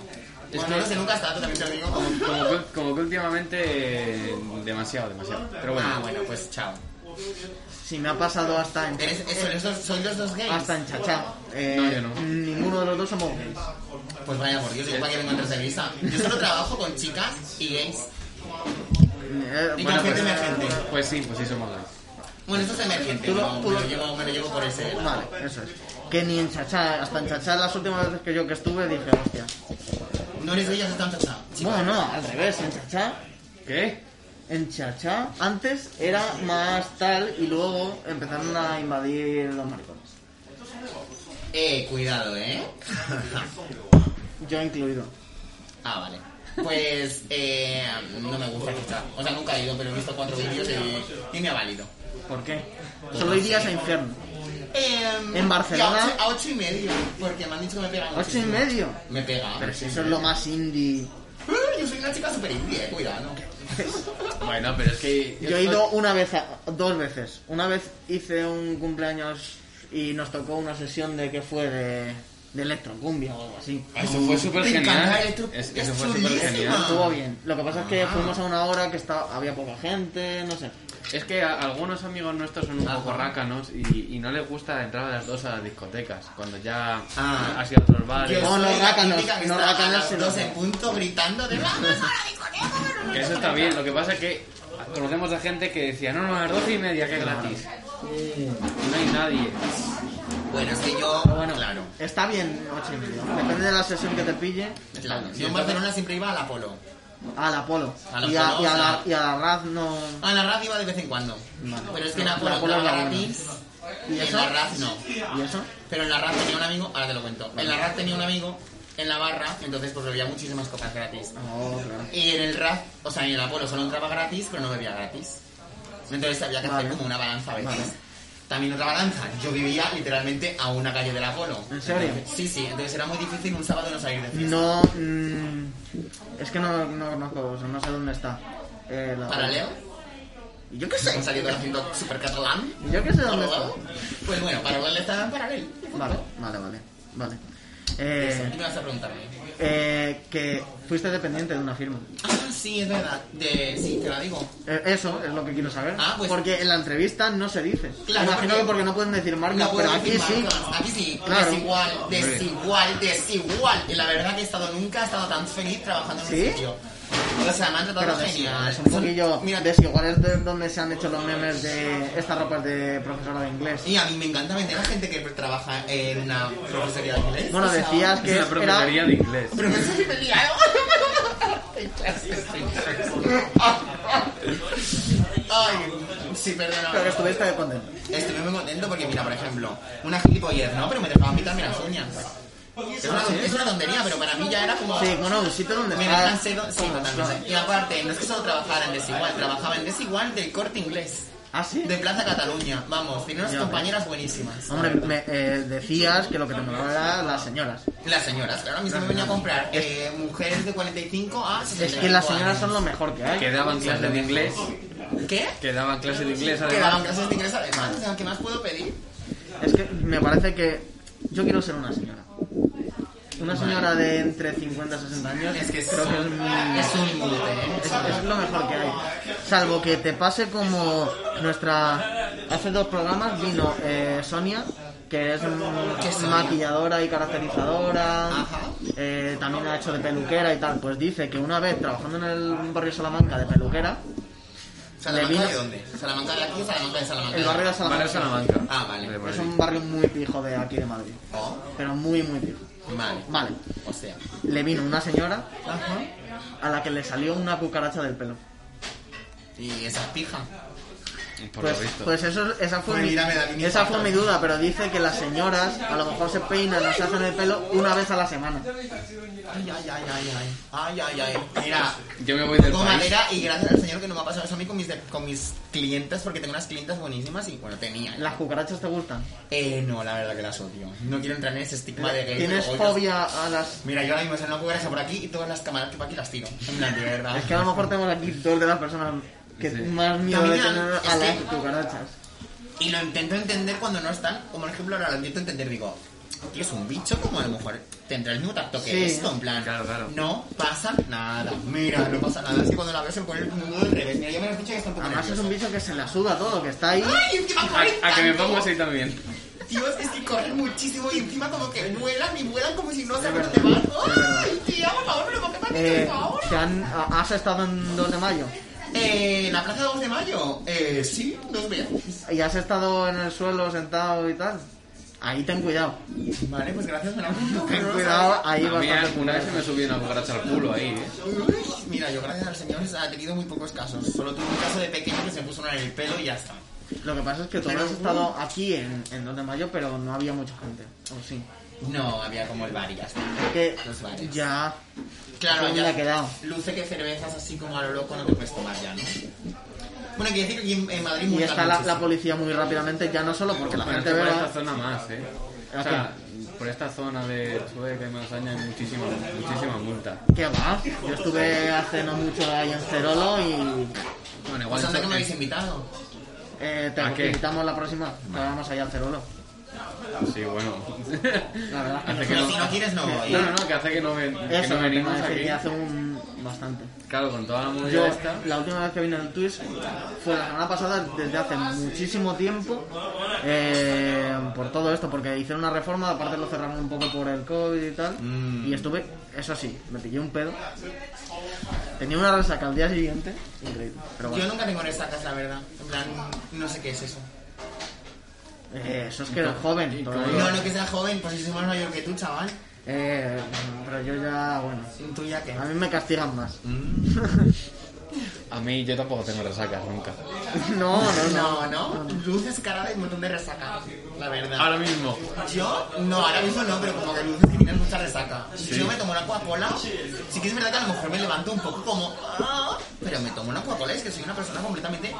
S2: Bueno, no lo sé, nunca he estado, también te lo digo.
S3: Como que, como que últimamente... eh, Demasiado, demasiado. Pero
S2: Ah,
S3: bueno.
S2: bueno, pues chao.
S1: Sí, me ha pasado hasta en...
S2: ¿Eres, eh, ¿Sois los dos, sois los dos gays?
S1: Hasta en chachá. Eh,
S3: No, yo no.
S1: Ninguno de los dos somos gays. Eh,
S2: Pues vaya, por Dios, yo para que vengo en entrevista. Yo solo trabajo con chicas y gays.
S1: Eh,
S2: Y
S1: bueno,
S2: con
S1: pues,
S2: gente emergente.
S3: Pues sí, pues sí somos gays.
S2: Bueno, esto es emergente.
S1: Tú lo-
S2: no,
S1: tú
S2: me,
S1: lo-
S2: lo llevo, me lo llevo por ese.
S1: Vale, eso es. Que ni en chachá, hasta en chachá las últimas veces que yo que estuve dije, hostia.
S2: No eres gay, has estado en chachá.
S1: Bueno, no, al revés, en chachá
S3: ¿Qué?
S1: En Chacha, antes era más tal y luego empezaron a invadir los maricones.
S2: Eh, cuidado, ¿eh?
S1: Yo incluido.
S2: ah, vale. Pues, eh, no me gusta chachá. O sea, nunca he ido, pero he visto cuatro vídeos y, y me ha valido.
S1: ¿Por qué? Solo irías a infierno.
S2: Em,
S1: En Barcelona.
S2: y A ocho, a ocho y medio, porque me han dicho que me pega
S1: ¿Ocho y
S2: muchísimo.
S1: medio?
S2: Me pega.
S1: Pero si eso es lo más indie.
S2: Eh, Yo soy una chica super indie, eh, cuidado.
S3: Bueno, pero es que...
S1: Yo he ido una vez, a- dos veces. Una vez hice un cumpleaños y nos tocó una sesión de que fue de, de electrocumbia o algo así.
S3: Eso fue súper
S2: Te encanta
S3: genial.
S2: el truco,
S3: Es-
S2: es
S3: Eso fue súper
S2: chulísima.
S3: genial.
S1: Estuvo bien. Lo que pasa es que fuimos a una hora que estaba, había poca gente, no sé.
S3: Es que a- algunos amigos nuestros son un
S2: Ajá.
S3: poco rácanos y, y no les gusta entrar a las dos a las discotecas, cuando ya
S2: Ah.
S3: has ido a otros bares.
S1: no, no, rácanos, no, rácanos,
S2: rácanos.
S1: sí,
S2: Dos
S1: no.
S2: en punto gritando de vamos a la discoteca.
S3: Que eso está bien, lo que pasa es que conocemos a gente que decía, no, no, a las doce y media que es gratis. Y no hay nadie.
S2: Bueno, es que yo,
S1: Pero bueno,
S2: claro.
S1: está bien ocho y medio. Depende de la sesión que te pille.
S2: claro.
S3: Sí,
S2: Yo en
S3: entonces-
S2: Barcelona siempre iba al Apolo.
S1: Al Apolo.
S2: Al
S1: Y a,
S2: Apolo,
S1: y a
S2: o
S1: la,
S2: sea-
S1: y a la Raz no.
S2: A la RAF iba de vez en cuando. Pero es que en
S1: La
S2: Apolo
S1: Apolo
S2: entraba
S1: era buena.
S2: gratis y en
S1: eso?
S2: la RAF no.
S1: ¿Y eso?
S2: Pero en la RAF tenía un amigo, ahora te lo cuento. En la RAF tenía un amigo en la barra, entonces pues bebía muchísimas copas gratis.
S1: Oh, claro.
S2: Y en el RAF, o sea, en el Apolo solo entraba gratis, pero no bebía gratis. Entonces había que hacer
S1: Vale.
S2: como una balanza a veces.
S1: Vale.
S2: También otra balanza, yo vivía literalmente a una calle del Apolo.
S1: ¿En serio?
S2: Entonces- sí, sí, entonces era muy difícil un sábado no salir de fiesta.
S1: No. mm, es que no, no conozco, o sea, no sé dónde está. Eh, la-
S2: ¿Para Leo?
S1: Yo qué
S2: ¿Han
S1: sé.
S2: salido haciendo super catalán?
S1: Yo qué sé dónde está.
S2: ¿Paralelo? Pues bueno, paralelo está en paralelo.
S1: Vale, vale, vale. Vale. Eh,
S2: ¿Qué me vas a preguntarme?
S1: eh, que fuiste dependiente de una firma.
S2: Ah, sí, es verdad. De... Sí, te la digo.
S1: Eh, Eso es lo que quiero saber.
S2: Ah, pues-
S1: Porque en la entrevista no se dice.
S2: Claro,
S1: Imagino
S2: porque-
S1: que porque no pueden decir marcas,
S2: No puedo
S1: pero aquí
S2: decir
S1: sí.
S2: marcas. Aquí sí.
S1: Claro.
S2: Desigual, desigual, desigual. Y la verdad que he estado nunca he estado tan feliz trabajando en un
S1: ¿Sí?
S2: sitio. O sea, me han tratado
S1: Pero
S2: genial.
S1: desigual, es un poquillo
S2: Mira,
S1: desigual es de donde se han hecho los memes de estas ropas de profesora de inglés.
S2: y a mí me encanta vender a gente que trabaja en una profesoría de inglés.
S1: Bueno,
S2: O sea,
S1: decías que
S3: Es una
S1: era...
S3: profesoría de inglés.
S2: Pero me ¿eh? estoy peleando. Ay, sí,
S1: Pero que
S2: perdona.
S1: estuviste de contento.
S2: Estoy muy contento porque, mira, por ejemplo, una gilipollez, ¿no? Pero me dejaban pintarme las uñas. Es una, es una tontería, pero para mí ya era como...
S1: Sí, bueno, ah, un sitio donde
S2: Me
S1: está-
S2: dejan cero... Sí, totalmente. Y aparte, no es que solo trabajara en Desigual, trabajaba en Desigual del Corte Inglés,
S1: Ah, sí.
S2: de Plaza Cataluña. Vamos, tiene unas
S1: Ya ves.
S2: compañeras buenísimas.
S1: Hombre, me, eh, decías que lo que te molaba era las señoras.
S2: Las señoras, claro, a mí se me venía a comprar eh, mujeres de 45 a 60
S1: Es que las señoras son lo mejor que hay.
S3: Que daban clases de inglés.
S2: ¿Qué?
S3: Que daban clases de inglés,
S2: Que daban
S3: además.
S2: clases de inglés además. O sea, ¿qué más puedo pedir?
S1: Es que me parece que yo quiero ser una señora. Una señora de entre 50 y 60 años
S2: Es que es,
S1: creo que es, mi-
S2: es un mute, ¿eh?
S1: es- es lo mejor que hay. Salvo que te pase como nuestra... Hace dos programas vino eh, Sonia, que es
S2: ¿Qué es
S1: mm,
S2: Sonia?
S1: maquilladora y caracterizadora.
S2: Ajá.
S1: eh, también ha hecho de peluquera y tal. Pues dice que una vez trabajando en el barrio Salamanca de peluquera,
S2: ¿Salamanca de
S1: vino-
S2: dónde? ¿Salamanca de aquí o Salamanca de Salamanca?
S1: el barrio de
S3: Vale,
S1: Salamanca
S3: Salamanca.
S2: Ah, vale.
S3: De
S1: es
S3: Madrid.
S1: un barrio muy pijo de aquí de Madrid.
S2: Oh,
S1: Pero muy, muy pijo.
S2: vale.
S1: Vale,
S2: O sea.
S1: le vino una señora
S2: Ajá.
S1: a la que le salió una cucaracha del pelo.
S2: Y esas pijas.
S3: Por
S1: pues,
S3: lo visto.
S1: pues eso, esa fue,
S2: Pues
S1: mi,
S2: mira, me da un
S1: esa
S2: infarto.
S1: fue mi duda, pero dice que las señoras a lo mejor se peinan o se hacen el pelo una vez a la semana.
S2: Ay, ay, ay, ay, ay. Ay, ay, ay. Mira,
S3: Yo me voy del
S2: Con
S3: país.
S2: madera y gracias al señor que no me ha pasado eso a mí con mis, de- con mis clientes porque tengo unas clientas buenísimas y bueno, tenía.
S1: ¿Las cucarachas te gustan?
S2: Eh, no, la verdad que las odio. No quiero entrar en ese estigma de que...
S1: ¿Tienes
S2: oigas-
S1: fobia a las...?
S2: Mira, yo ahora mismo salgo una cucaracha por aquí y todas las cámaras que por aquí las tiro. En plan, de verdad.
S1: Es que a lo mejor tenemos aquí dos de las personas que
S3: Sí.
S1: más miedo le
S2: También
S1: tienen
S2: es
S1: a las
S2: que-
S1: cucarachas.
S2: Y lo intento entender cuando no están. Como por ejemplo, ahora lo intento entender, digo, tío, es un bicho como a lo mejor tendrá el mismo tacto que
S1: Sí.
S2: esto, en plan.
S3: Claro, claro.
S2: No pasa nada. Mira, no pasa nada. Es que cuando la veo se me pone el mundo del revés. Mira, ya me lo has dicho que está un poco
S1: Además Ah, es
S2: nervioso.
S1: un bicho que se la suda todo, que está ahí...
S2: Ay, es que va a correr
S3: A, a que me
S2: tanto.
S3: pongo así también.
S2: Dios, es que corren muchísimo y encima como que vuelan y vuelan como si no
S1: Es
S2: saben dónde
S1: verdad,
S2: van.
S1: es verdad.
S2: Ay, tía, por favor, pero ¿por qué me has dicho
S1: Eh,
S2: eso ahora?
S1: ¿te han- ¿Has estado en 2 de mayo?
S2: Eh, la plaza 2 de mayo. Eh, sí, dos veces.
S1: ¿Y has estado en el suelo sentado y tal? Ahí ten cuidado.
S2: Vale, pues gracias, me la apunto, que no
S1: Ten
S2: lo
S1: cuidado,
S2: sabía.
S1: ahí
S3: a mí
S1: bastante
S3: alguna vez se me subió una cucaracha al culo ahí, ¿eh?
S2: Uy, Mira, yo gracias al señor ha tenido muy pocos casos. Solo tuve un caso de pequeño que se puso una en el pelo y ya está.
S1: Lo que pasa es que tú
S2: Pero,
S1: has estado aquí en, en 2 de mayo, pero no había mucha gente. O sí.
S2: No, había como el bar y ya está.
S1: Que
S2: Los bares.
S1: ya.
S2: Claro,
S1: ¿Dónde
S2: ya
S1: ha quedado?
S2: Luce que cervezas así como a lo loco no te puedes tomar ya, ¿no? Bueno, quiere decir que aquí en, en Madrid
S1: Y
S2: multan
S1: está la, la
S2: muchísimo.
S1: policía muy rápidamente, ya no solo porque la
S3: Pero
S1: gente
S3: es que por esta
S1: vea.
S3: zona más, ¿eh? O sea, por esta zona de Chueca y Manzaña hay muchísima, muchísima multa.
S1: ¿Qué va? Yo estuve hace no mucho ahí en Cerolo y.
S3: Bueno, igual
S2: Pues anda que me habéis
S3: en-
S2: invitado.
S1: eh,
S3: ¿A
S1: te
S3: qué?
S1: invitamos la próxima. Que vamos allá al Cerolo.
S3: Sí, bueno.
S1: La verdad es que
S3: Hace que
S2: Pero
S3: no...
S2: si no quieres, no voy.
S3: No, no, no, que hace que no, ven- que
S1: Eso,
S3: no
S1: que
S3: venimos aquí.
S1: hace un. bastante.
S3: Claro, con toda la
S1: Yo,
S3: movida esta...
S1: la última vez que vine al Twitch fue la semana pasada, desde hace muchísimo tiempo, eh, por todo esto, porque hicieron una reforma, aparte lo cerraron un poco por el COVID y tal,
S2: Mm.
S1: y estuve, eso sí, me pillé un pedo. Tenía una resaca al día siguiente, increíble, pero
S2: Yo
S1: bueno.
S2: nunca tengo resacas, la verdad. En plan, no sé qué es eso.
S1: Eh, eso es que eres joven. todavía.
S2: No, no que sea joven, pues yo soy más mayor que tú, chaval.
S1: Eh, pero yo ya, bueno.
S2: Tú ya que.
S1: A mí me castigan más.
S3: A mí yo tampoco tengo resacas nunca.
S2: Mm.
S1: No, no, no.
S2: No, no. Luces cara de un montón de resaca, la verdad.
S3: Ahora mismo.
S2: Yo, no, ahora mismo no, pero como que luces que tienes mucha resaca. Si yo me tomo una Coca-Cola, sí que es verdad que a lo mejor me levanto un poco como. "Ah", Pero me tomo una Coca-Cola, es que soy una persona completamente.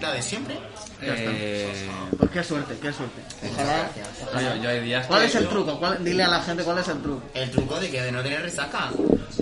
S2: La de siempre.
S1: Ya está.
S3: Eh,
S1: Pues qué suerte, qué suerte. Ojalá.
S3: no, yo, yo hay días
S1: ¿Cuál
S3: que-
S1: es el truco? ¿Cuál- Dile a la gente cuál es el truco.
S2: El truco de que de no tener resaca,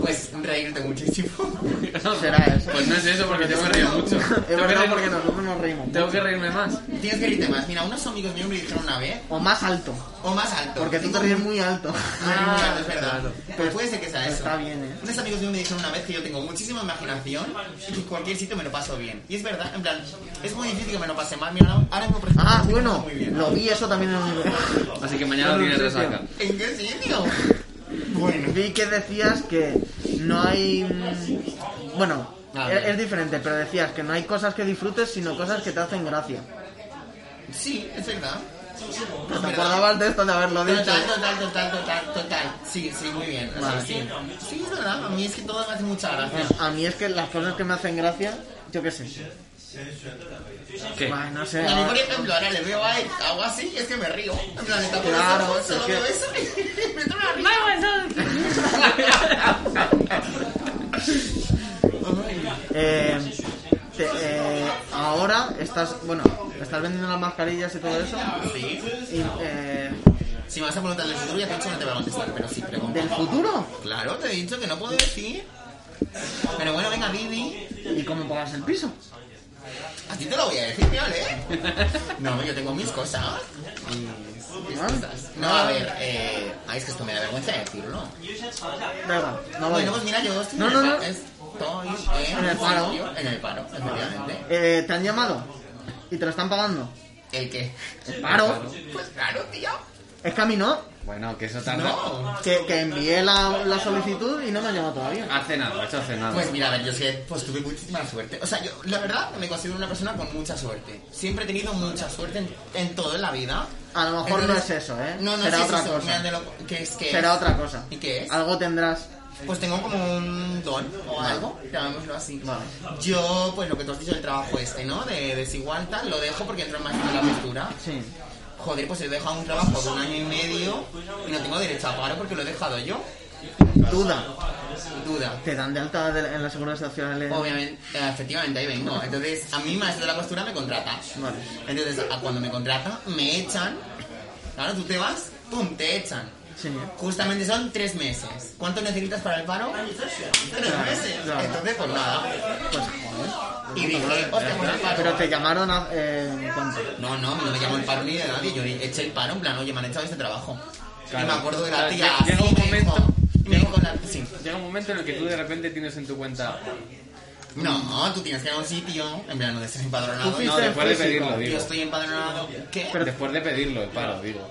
S2: pues reírte muchísimo.
S1: Será eso.
S3: Pues no es eso, porque yo me río mucho.
S1: Es
S3: Tengo que
S1: verdad
S3: reír-
S1: porque nosotros nos reímos.
S3: Tengo que reírme más.
S2: Tienes que reírte más. Mira, unos amigos míos me dijeron una vez,
S1: O más alto.
S2: o más alto.
S1: Porque tú
S2: Cinco
S1: te ríes muy alto.
S2: Ah, es verdad. Pero puede ser que sea
S1: Pero
S2: eso.
S1: está bien, ¿eh?
S2: Unos amigos míos me dijeron una vez que yo tengo muchísima imaginación y que en cualquier sitio me lo paso bien. Y es verdad, en plan, es muy difícil que me lo pase mal. Mira, ahora mismo por ejemplo,
S1: Ah,
S2: estoy
S1: bueno,
S2: muy bien.
S1: lo vi eso también en un...
S3: Así que mañana
S1: No, no,
S3: tienes
S1: en serio.
S3: resaca.
S2: ¿En qué sitio? Bueno.
S1: Vi que decías que no hay... mm, Bueno,
S2: A
S1: es,
S2: ver.
S1: es diferente, pero decías que no hay cosas que disfrutes, sino cosas que te hacen gracia.
S2: Sí, es verdad. Es
S1: ¿Te
S2: verdad.
S1: acordabas de esto de haberlo dicho?
S2: Total, total, total, total, total. Sí, sí, muy bien. O sea,
S1: Vale.
S2: sí. sí, es verdad. A mí es que todo me hace mucha gracia.
S1: A mí es que las cosas que me hacen gracia, yo qué sé.
S3: ¿Qué?
S1: Bueno, no sé.
S2: A mí, por ejemplo, ahora le veo a él, hago así y es que me río. En plan, está por
S1: Claro,
S2: eso,
S1: es
S2: solo
S1: que-
S2: veo eso y me entra una risa.
S1: Eh, te- eh, ahora estás, bueno, estás vendiendo las mascarillas y todo eso.
S2: Sí.
S1: Y, eh,
S2: Si me vas a preguntar del futuro, ya te he dicho que no te voy a contestar, pero sí, pregunta.
S1: ¿Del futuro?
S2: Claro, te he dicho que no puedo decir. Pero bueno, venga, Vivi.
S1: ¿Y cómo pagas el piso?
S2: A ti te lo voy a decir, ¿vale? No, yo tengo mis cosas. Mis, mis
S1: Ah.
S2: cosas. No, a ver, eh... Ay, es que esto me da vergüenza decirlo.
S1: Venga, no voy.
S2: Bueno, pues mira, yo estoy
S1: No,
S2: en,
S1: no,
S2: el,
S1: no.
S2: pa- estoy en,
S1: En el paro.
S2: En el paro, efectivamente.
S1: Eh, ¿Te han llamado? ¿Y te lo están pagando?
S2: ¿El qué?
S1: El paro.
S2: Pues claro, tío.
S1: Es que a mí no,
S3: Bueno, que eso tarda.
S2: No.
S1: que, que envié la, la solicitud y no me han llamado todavía.
S3: Hace nada, ha hecho hace nada.
S2: Pues mira, a ver, yo es que pues, tuve muchísima suerte. O sea, yo la verdad me considero una persona con mucha suerte. Siempre he tenido mucha suerte en, en todo en la vida.
S1: A lo mejor no es eso, ¿eh?
S2: No, no
S1: Será
S2: sí es
S1: otra
S2: eso.
S1: cosa.
S2: Mira, de lo- ¿qué es, qué
S1: Será
S2: es?
S1: otra cosa.
S2: ¿Y qué es?
S1: Algo tendrás.
S2: Pues tengo como un don o algo, llamémoslo así.
S1: Vale.
S2: Yo, pues lo que tú has dicho del trabajo este, ¿no? De desigual, tal, lo dejo porque entro más en la postura.
S1: Sí.
S2: Joder, pues he dejado un trabajo de un año y medio y no tengo derecho a paro porque lo he dejado yo.
S1: Duda.
S2: Duda.
S1: ¿Te dan de alta de- en la seguridad social? en-
S2: Obviamente, eh, efectivamente, ahí vengo. Entonces, a mí maestro de la costura me contrata.
S1: Vale.
S2: Entonces, a- cuando me contrata, me echan. Claro, tú te vas, pum, te echan.
S1: Sí.
S2: Justamente son tres meses. ¿Cuánto necesitas para el paro? Tres meses.
S1: claro.
S2: Entonces, pues nada.
S1: Pues joder.
S2: Y dije, hostia, pues el
S1: Pero
S2: paro.
S1: te llamaron a... Eh, ¿cuánto?
S2: No, no, no me llamó el paro ni de nadie. Yo eché el paro, en plan, oye, me han echado este trabajo.
S3: Claro.
S2: Y me acuerdo de la
S3: Claro,
S2: tía.
S3: lle- llega
S2: así
S3: un
S2: me dijo-
S3: momento-
S2: me dijo la- sí.
S3: Llega un momento en el que tú de repente tienes en tu cuenta.
S2: No, tú tienes que ir a un sitio. En plan, Ah, no estés
S1: Tú
S2: empadronado.
S1: fuiste
S3: No, después de
S1: físico.
S3: pedirlo,
S2: Yo
S3: digo.
S2: estoy empadronado. ¿Qué?
S3: Después de pedirlo, el paro, digo.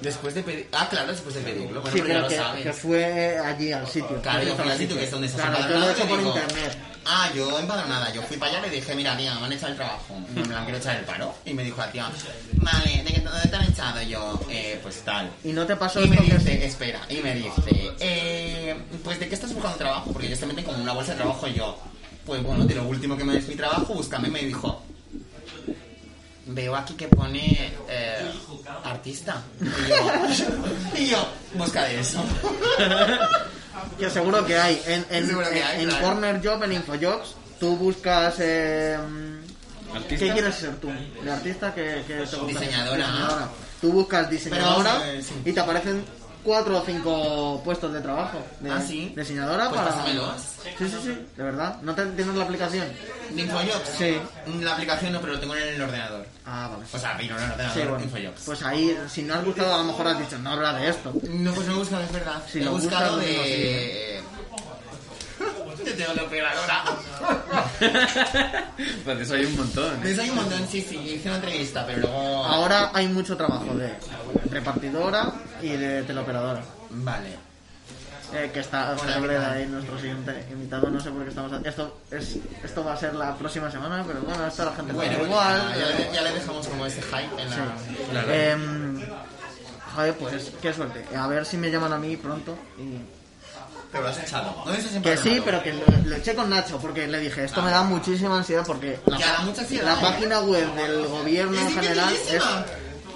S2: Después de pedir. Ah, claro, después de pedirlo. Bueno,
S1: Sí,
S2: pero ya
S1: pero
S2: lo
S1: que, que
S2: sabes.
S1: fue allí al sitio.
S2: Claro, yo fui al sitio que es donde estás
S1: Claro, yo lo he hecho por
S2: empadronado, y
S1: internet.
S2: digo, Ah, yo empadronada. Yo fui para allá y le dije, mira, tía, me han echado el trabajo. Me la quiero echar el paro. Y me dijo la tía, vale, ¿de qué- dónde te han echado? Yo, eh, pues tal.
S1: Y no te pasó
S2: Y me
S1: esto que es-
S2: dice, espera, y me dice, eh, pues ¿de qué estás buscando trabajo? Porque ellos te meten como una bolsa de trabajo y yo, pues bueno, de lo último que me des mi trabajo, búscame. Y me dijo, veo aquí que pone eh, artista. Y yo, y yo, busca de eso.
S1: que seguro que hay. En, en,
S2: Seguro que hay,
S1: en
S2: claro.
S1: Corner Job, en Infojobs, tú buscas... Eh,
S3: ¿Artista?
S1: ¿Qué quieres ser tú? ¿De artista que, que te gusta?
S2: Diseñadora.
S1: Tú buscas
S2: Pero
S1: diseñadora
S2: vamos a ver, sí.
S1: y te aparecen cuatro o cinco puestos de trabajo. De,
S2: Ah, ¿sí?
S1: Diseñadora
S2: Pues
S1: para...
S2: pásamelos.
S1: Sí, sí, sí, de verdad. ¿No te tienes la aplicación?
S2: ¿Infojobs?
S1: Sí.
S2: La aplicación no, pero lo tengo en el ordenador.
S1: Ah, vale.
S2: O sea, vino en el ordenador,
S1: Sí, bueno.
S2: Infojobs.
S1: Pues ahí, si no has gustado, a lo mejor has dicho, no habla de esto.
S2: No, pues no he buscado, es verdad.
S1: Si
S2: he
S1: lo
S2: buscado
S1: buscas, no
S2: de... Te tengo que operar ahora.
S3: pues eso hay un montón.
S2: De
S3: ¿eh?
S2: eso hay un montón, sí, sí, hice una entrevista, pero luego...
S1: Ahora hay mucho trabajo de repartidora y de teleoperadora.
S2: Vale.
S1: eh, que está
S2: Hola,
S1: Jorge
S2: ¿qué tal?
S1: Breda ahí, nuestro siguiente invitado. No sé por qué estamos. a- Esto, es, esto va a ser la próxima semana, pero bueno, esto la gente lo
S2: Bueno,
S1: sabe
S2: pues
S1: igual.
S2: nada, ya, le, ya le dejamos como ese hype en la...
S1: Sí.
S3: Claro.
S2: Eh,
S1: Em, joder, pues qué suerte. A ver si me llaman a mí pronto. y-
S2: Pero lo has echado. ¿Dónde estás
S1: Que sí,
S2: empadronado?
S1: pero que lo, lo eché con Nacho, porque le dije, esto me da muchísima ansiedad, porque la,
S2: Ah. Ya, mucha ansiedad,
S1: la
S2: ¿eh?
S1: página web del gobierno en
S2: Es
S1: general es
S2: dificilísima.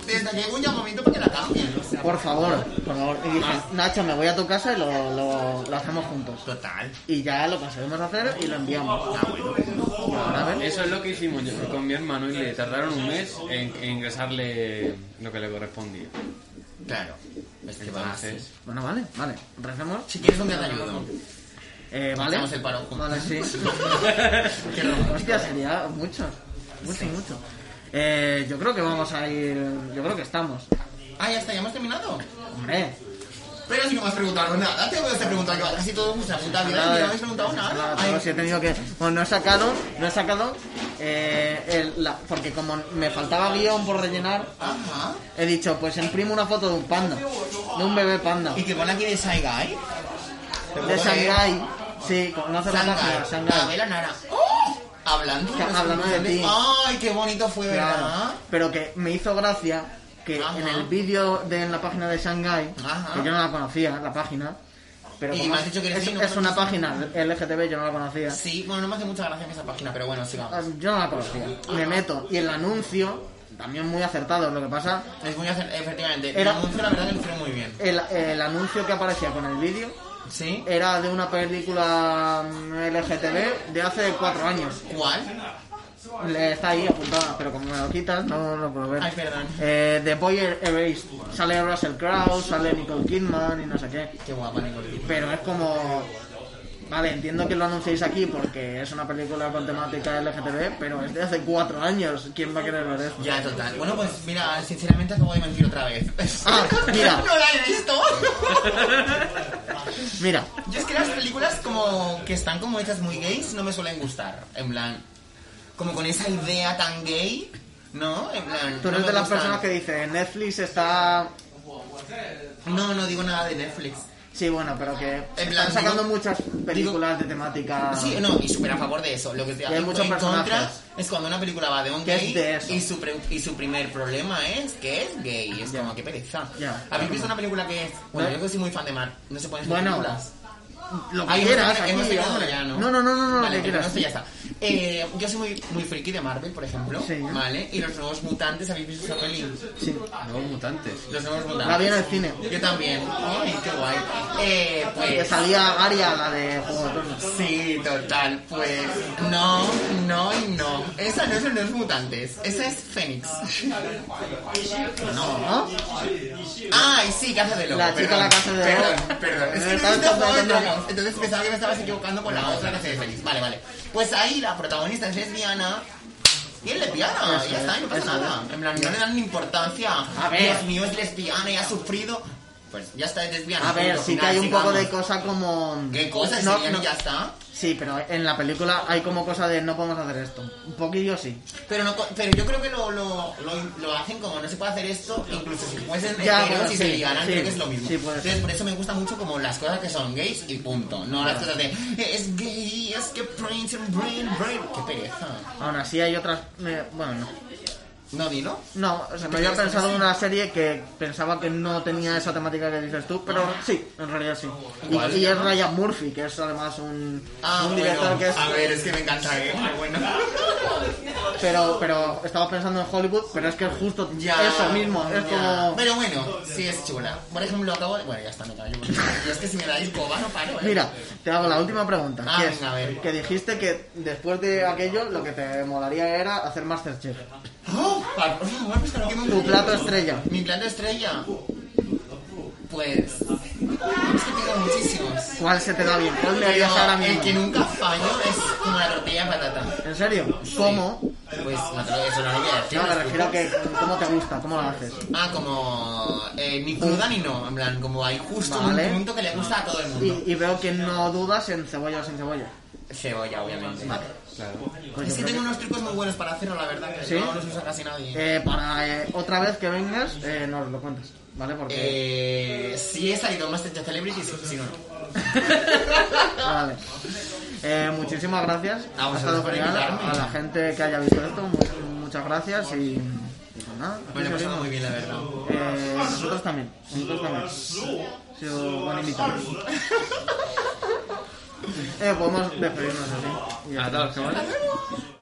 S2: Desde que llegó un llamamiento para que la cambien. o sea,
S1: Por favor, por favor. Y
S2: Ah.
S1: dije, Nacho, me voy a tu casa y lo, lo, lo hacemos juntos.
S2: Total.
S1: Y ya lo conseguimos hacer y lo enviamos.
S2: Ah, bueno.
S1: Y ahora, a ver.
S3: Eso es lo que hicimos yo con mi hermano y le tardaron un mes en, en ingresarle lo que le correspondía.
S2: Claro. Es que va a ser.
S3: Entonces,
S1: Bueno, vale, vale. Recemos.
S2: Si quieres un día te ayudo.
S1: Eh, vale.
S2: Hacemos el paro juntos.
S1: Vale, sí.
S2: Qué romántico.
S1: Hostia, sería mucho. Mucho, mucho. Eh, yo creo que vamos a ir. Yo creo que estamos.
S2: Ah, ya está, ya hemos terminado.
S1: Hombre.
S2: Pero si no me has preguntado nada, te voy a preguntar que casi todo vuestra puta vida y no me habéis preguntado nada.
S1: Nada,
S2: Ay,
S1: todos he tenido que. Bueno, no he sacado. No he sacado. eh, el- la- porque como me faltaba guión por rellenar,
S2: Ajá.
S1: He dicho, pues imprimo una foto de un panda, de un bebé panda.
S2: ¿Y que pone aquí de Saigai?
S1: De Shanghai, sí, conoce la página,
S2: Shanghai. Ah,
S1: Shanghai.
S2: La Nara. ¡Oh! Hablando
S1: Que hablando de ti.
S2: Ay, qué bonito fue,
S1: Claro,
S2: ¿verdad?
S1: pero que me hizo gracia que
S2: Ajá.
S1: en el vídeo de en la página de Shanghai,
S2: Ajá.
S1: que yo no la conocía, la página, pero
S2: Y
S1: como
S2: me has dicho que eres
S1: es,
S2: gay, no
S1: es una
S2: conoces.
S1: página LGTB, yo no la conocía.
S2: Sí, bueno, no me hace mucha gracia en esa página, pero bueno, sigamos.
S1: Eh, Yo no la conocía. Me meto. Y el anuncio, también muy acertado, lo que pasa,
S2: Es muy acer- efectivamente.
S1: Era-
S2: El anuncio, la verdad, que lo hicieron muy bien.
S1: el, el anuncio que aparecía con el vídeo
S2: ¿Sí?
S1: era de una película mm, LGTB de hace cuatro años.
S2: ¿Cuál?
S1: Le- Está ahí apuntada, pero como me lo quitas, no lo puedo ver.
S2: Ay, perdón.
S1: Eh, The Boy Er- Erased. Sale Russell Crowe, sale Nicole Kidman y no sé qué.
S2: Qué guapa, Nicole.
S1: Pero es como. Vale, entiendo que lo anunciéis aquí porque es una película con temática LGTB, pero es de hace cuatro años. ¿Quién va a querer ver esto?
S2: Ya, total. Bueno, pues mira, sinceramente acabo de mentir otra vez.
S1: Ah, mira.
S2: ¡No la he visto!
S1: Mira,
S2: Yo es que las películas como que están como hechas muy gays no me suelen gustar. En plan, como con esa idea tan gay, ¿no? En plan,
S1: tú
S2: no
S1: eres
S2: me
S1: de las
S2: gustan.
S1: personas que dice Netflix está.
S2: No, no digo nada de Netflix.
S1: Sí, bueno, pero que.
S2: plan,
S1: Están sacando
S2: digo-
S1: muchas películas de temática.
S2: Sí, no, y súper a favor de eso. Lo que estoy
S1: Ah. Y hay muchos
S2: en contra
S1: personajes.
S2: es cuando una película va de un
S1: Que es
S2: gay
S1: de eso.
S2: y su, pre- y su primer problema es que es gay. Es
S1: Ya.
S2: como, qué pereza.
S1: Ya.
S2: ¿Habéis visto una película que es...? Bueno,
S1: No.
S2: yo que soy muy fan de Mar. No se ponen
S1: ¿Eh? Bueno,
S2: películas.
S1: Lo
S2: Ay,
S1: que quieras,
S2: hemos- hemos
S1: aquí,
S2: terminado
S1: hombre.
S2: ya, ¿no?
S1: No, no, no, no, no,
S2: Vale,
S1: lo que quieras.
S2: pero esto ya está. Eh, yo soy muy, muy friki de Marvel, por ejemplo.
S1: Sí.
S2: ¿Vale? Y los nuevos mutantes, ¿habéis visto esa peli?
S1: Sí.
S3: nuevos mutantes.
S2: Los nuevos mutantes.
S1: La vi en el cine.
S2: Yo también. Ay, qué guay. Eh,
S1: Que
S2: pues.
S1: salía Garia, la de Juego de Tronos.
S2: Sí, total, pues no, no y no. Esa no es los nuevos mutantes, esa es Fénix. No,
S1: ¿No?
S2: Ay, sí, Casa de Lobo.
S1: La chica
S2: perdón,
S1: de la Casa de
S2: perdón,
S1: Lobo. Eh,
S2: Perdón, es que no he
S1: Tanto,
S2: visto Juego de
S1: tanto.
S2: Tronos. Entonces pensaba que me estabas equivocando con la otra Casa de Félix. Vale, vale. Pues ahí la protagonista es lesbiana. Y es lesbiana,
S1: Eso
S2: ya está,
S1: es,
S2: y no pasa
S1: eso
S2: nada. En plan, no le dan importancia.
S1: A ver.
S2: Dios mío, es lesbiana y ha sufrido. Pues ya está, es lesbiana.
S1: A ver,
S2: punto
S1: sí que
S2: final,
S1: hay un poco de
S2: sigamos.
S1: cosa como...
S2: ¿Qué cosa?
S1: No,
S2: lesbiana y
S1: no.
S2: ya está.
S1: Sí, pero en la película hay como cosa de no podemos hacer esto. Un poquillo sí.
S2: Pero, no, co- pero yo creo que lo, lo, lo, lo hacen como no se puede hacer esto, incluso si fuesen
S1: Ya,
S2: enteros
S1: bueno, sí,
S2: y se ligaran,
S1: sí,
S2: creo que es lo mismo.
S1: sí, puede
S2: Entonces, por eso me gusta mucho como las cosas que son gays y punto. No las cosas de "Eh, es gay, es que Prince and Brain, Brain. Qué pereza.
S1: Aún así hay otras... eh, bueno, no.
S2: No, dilo.
S1: No, se me había
S2: crees que
S1: pensado
S2: sí?
S1: una serie que pensaba que no tenía esa temática que dices tú, pero sí, en realidad sí. Y,
S2: ¿Cuál?
S1: y es Ryan Murphy, que es además un,
S2: Ah,
S1: un
S2: bueno,
S1: director que es...
S2: A ver, es que me encanta, ¿eh? Pero bueno.
S1: Pero, pero estaba pensando en Hollywood, pero es que es justo eso mismo. Es
S2: ya.
S1: como...
S2: Pero bueno, sí es chula. Por ejemplo, acabo de... Bueno, ya está, me callo. porque Yo es que si me dais coba no paro, ¿eh?
S1: Mira, te hago la última pregunta.
S2: Ah,
S1: que, es,
S2: venga, a ver.
S1: que dijiste que después de aquello lo que te molaría era hacer Masterchef.
S2: Oh, pa- oh, bueno, es que no-
S1: Tu plato estrella.
S2: Mi plato estrella. Pues. Es que tengo muchísimos.
S1: ¿Cuál se te da bien? ¿Cuál le harías ahora
S2: Pero el
S1: mismo?
S2: que nunca fallo es como la tortilla de patata.
S1: ¿En serio? ¿Cómo?
S2: Pues no te lo, eso no lo voy a decir.
S1: No, me
S2: ¿no?
S1: refiero a que cómo te gusta, cómo lo haces.
S2: Ah, como. eh, ni cruda ni no. En plan, como hay justo
S1: Vale.
S2: un punto que le gusta a todo el mundo.
S1: Y, y veo que no dudas en cebolla o sin cebolla.
S2: Cebolla, obviamente.
S3: Claro.
S1: Coño,
S2: Es que
S1: creo
S2: tengo
S1: que-
S2: unos trucos muy buenos para hacerlo, la verdad, que
S1: ¿Sí?
S2: no los usa casi nadie.
S1: Eh, para eh, otra vez que vengas, eh, nos lo cuentas, ¿vale? Porque.
S2: Eh, si he salido en Masterchef Celebrity, si, si no, no.
S1: Vale. Eh, muchísimas gracias.
S2: A
S1: Ha
S2: vosotros
S1: estado
S2: por
S1: genial.
S2: invitarme.
S1: A la gente que haya visto esto, mu- muchas gracias y. y pues nada, aquí
S2: Me lo he pasado
S1: seguimos.
S2: muy bien, la verdad.
S1: Eh, nosotros también, nosotros también. Ha sido buen invitado. Eh, podemos despedirnos así. Y ya
S3: A
S1: está.
S3: todos los que van.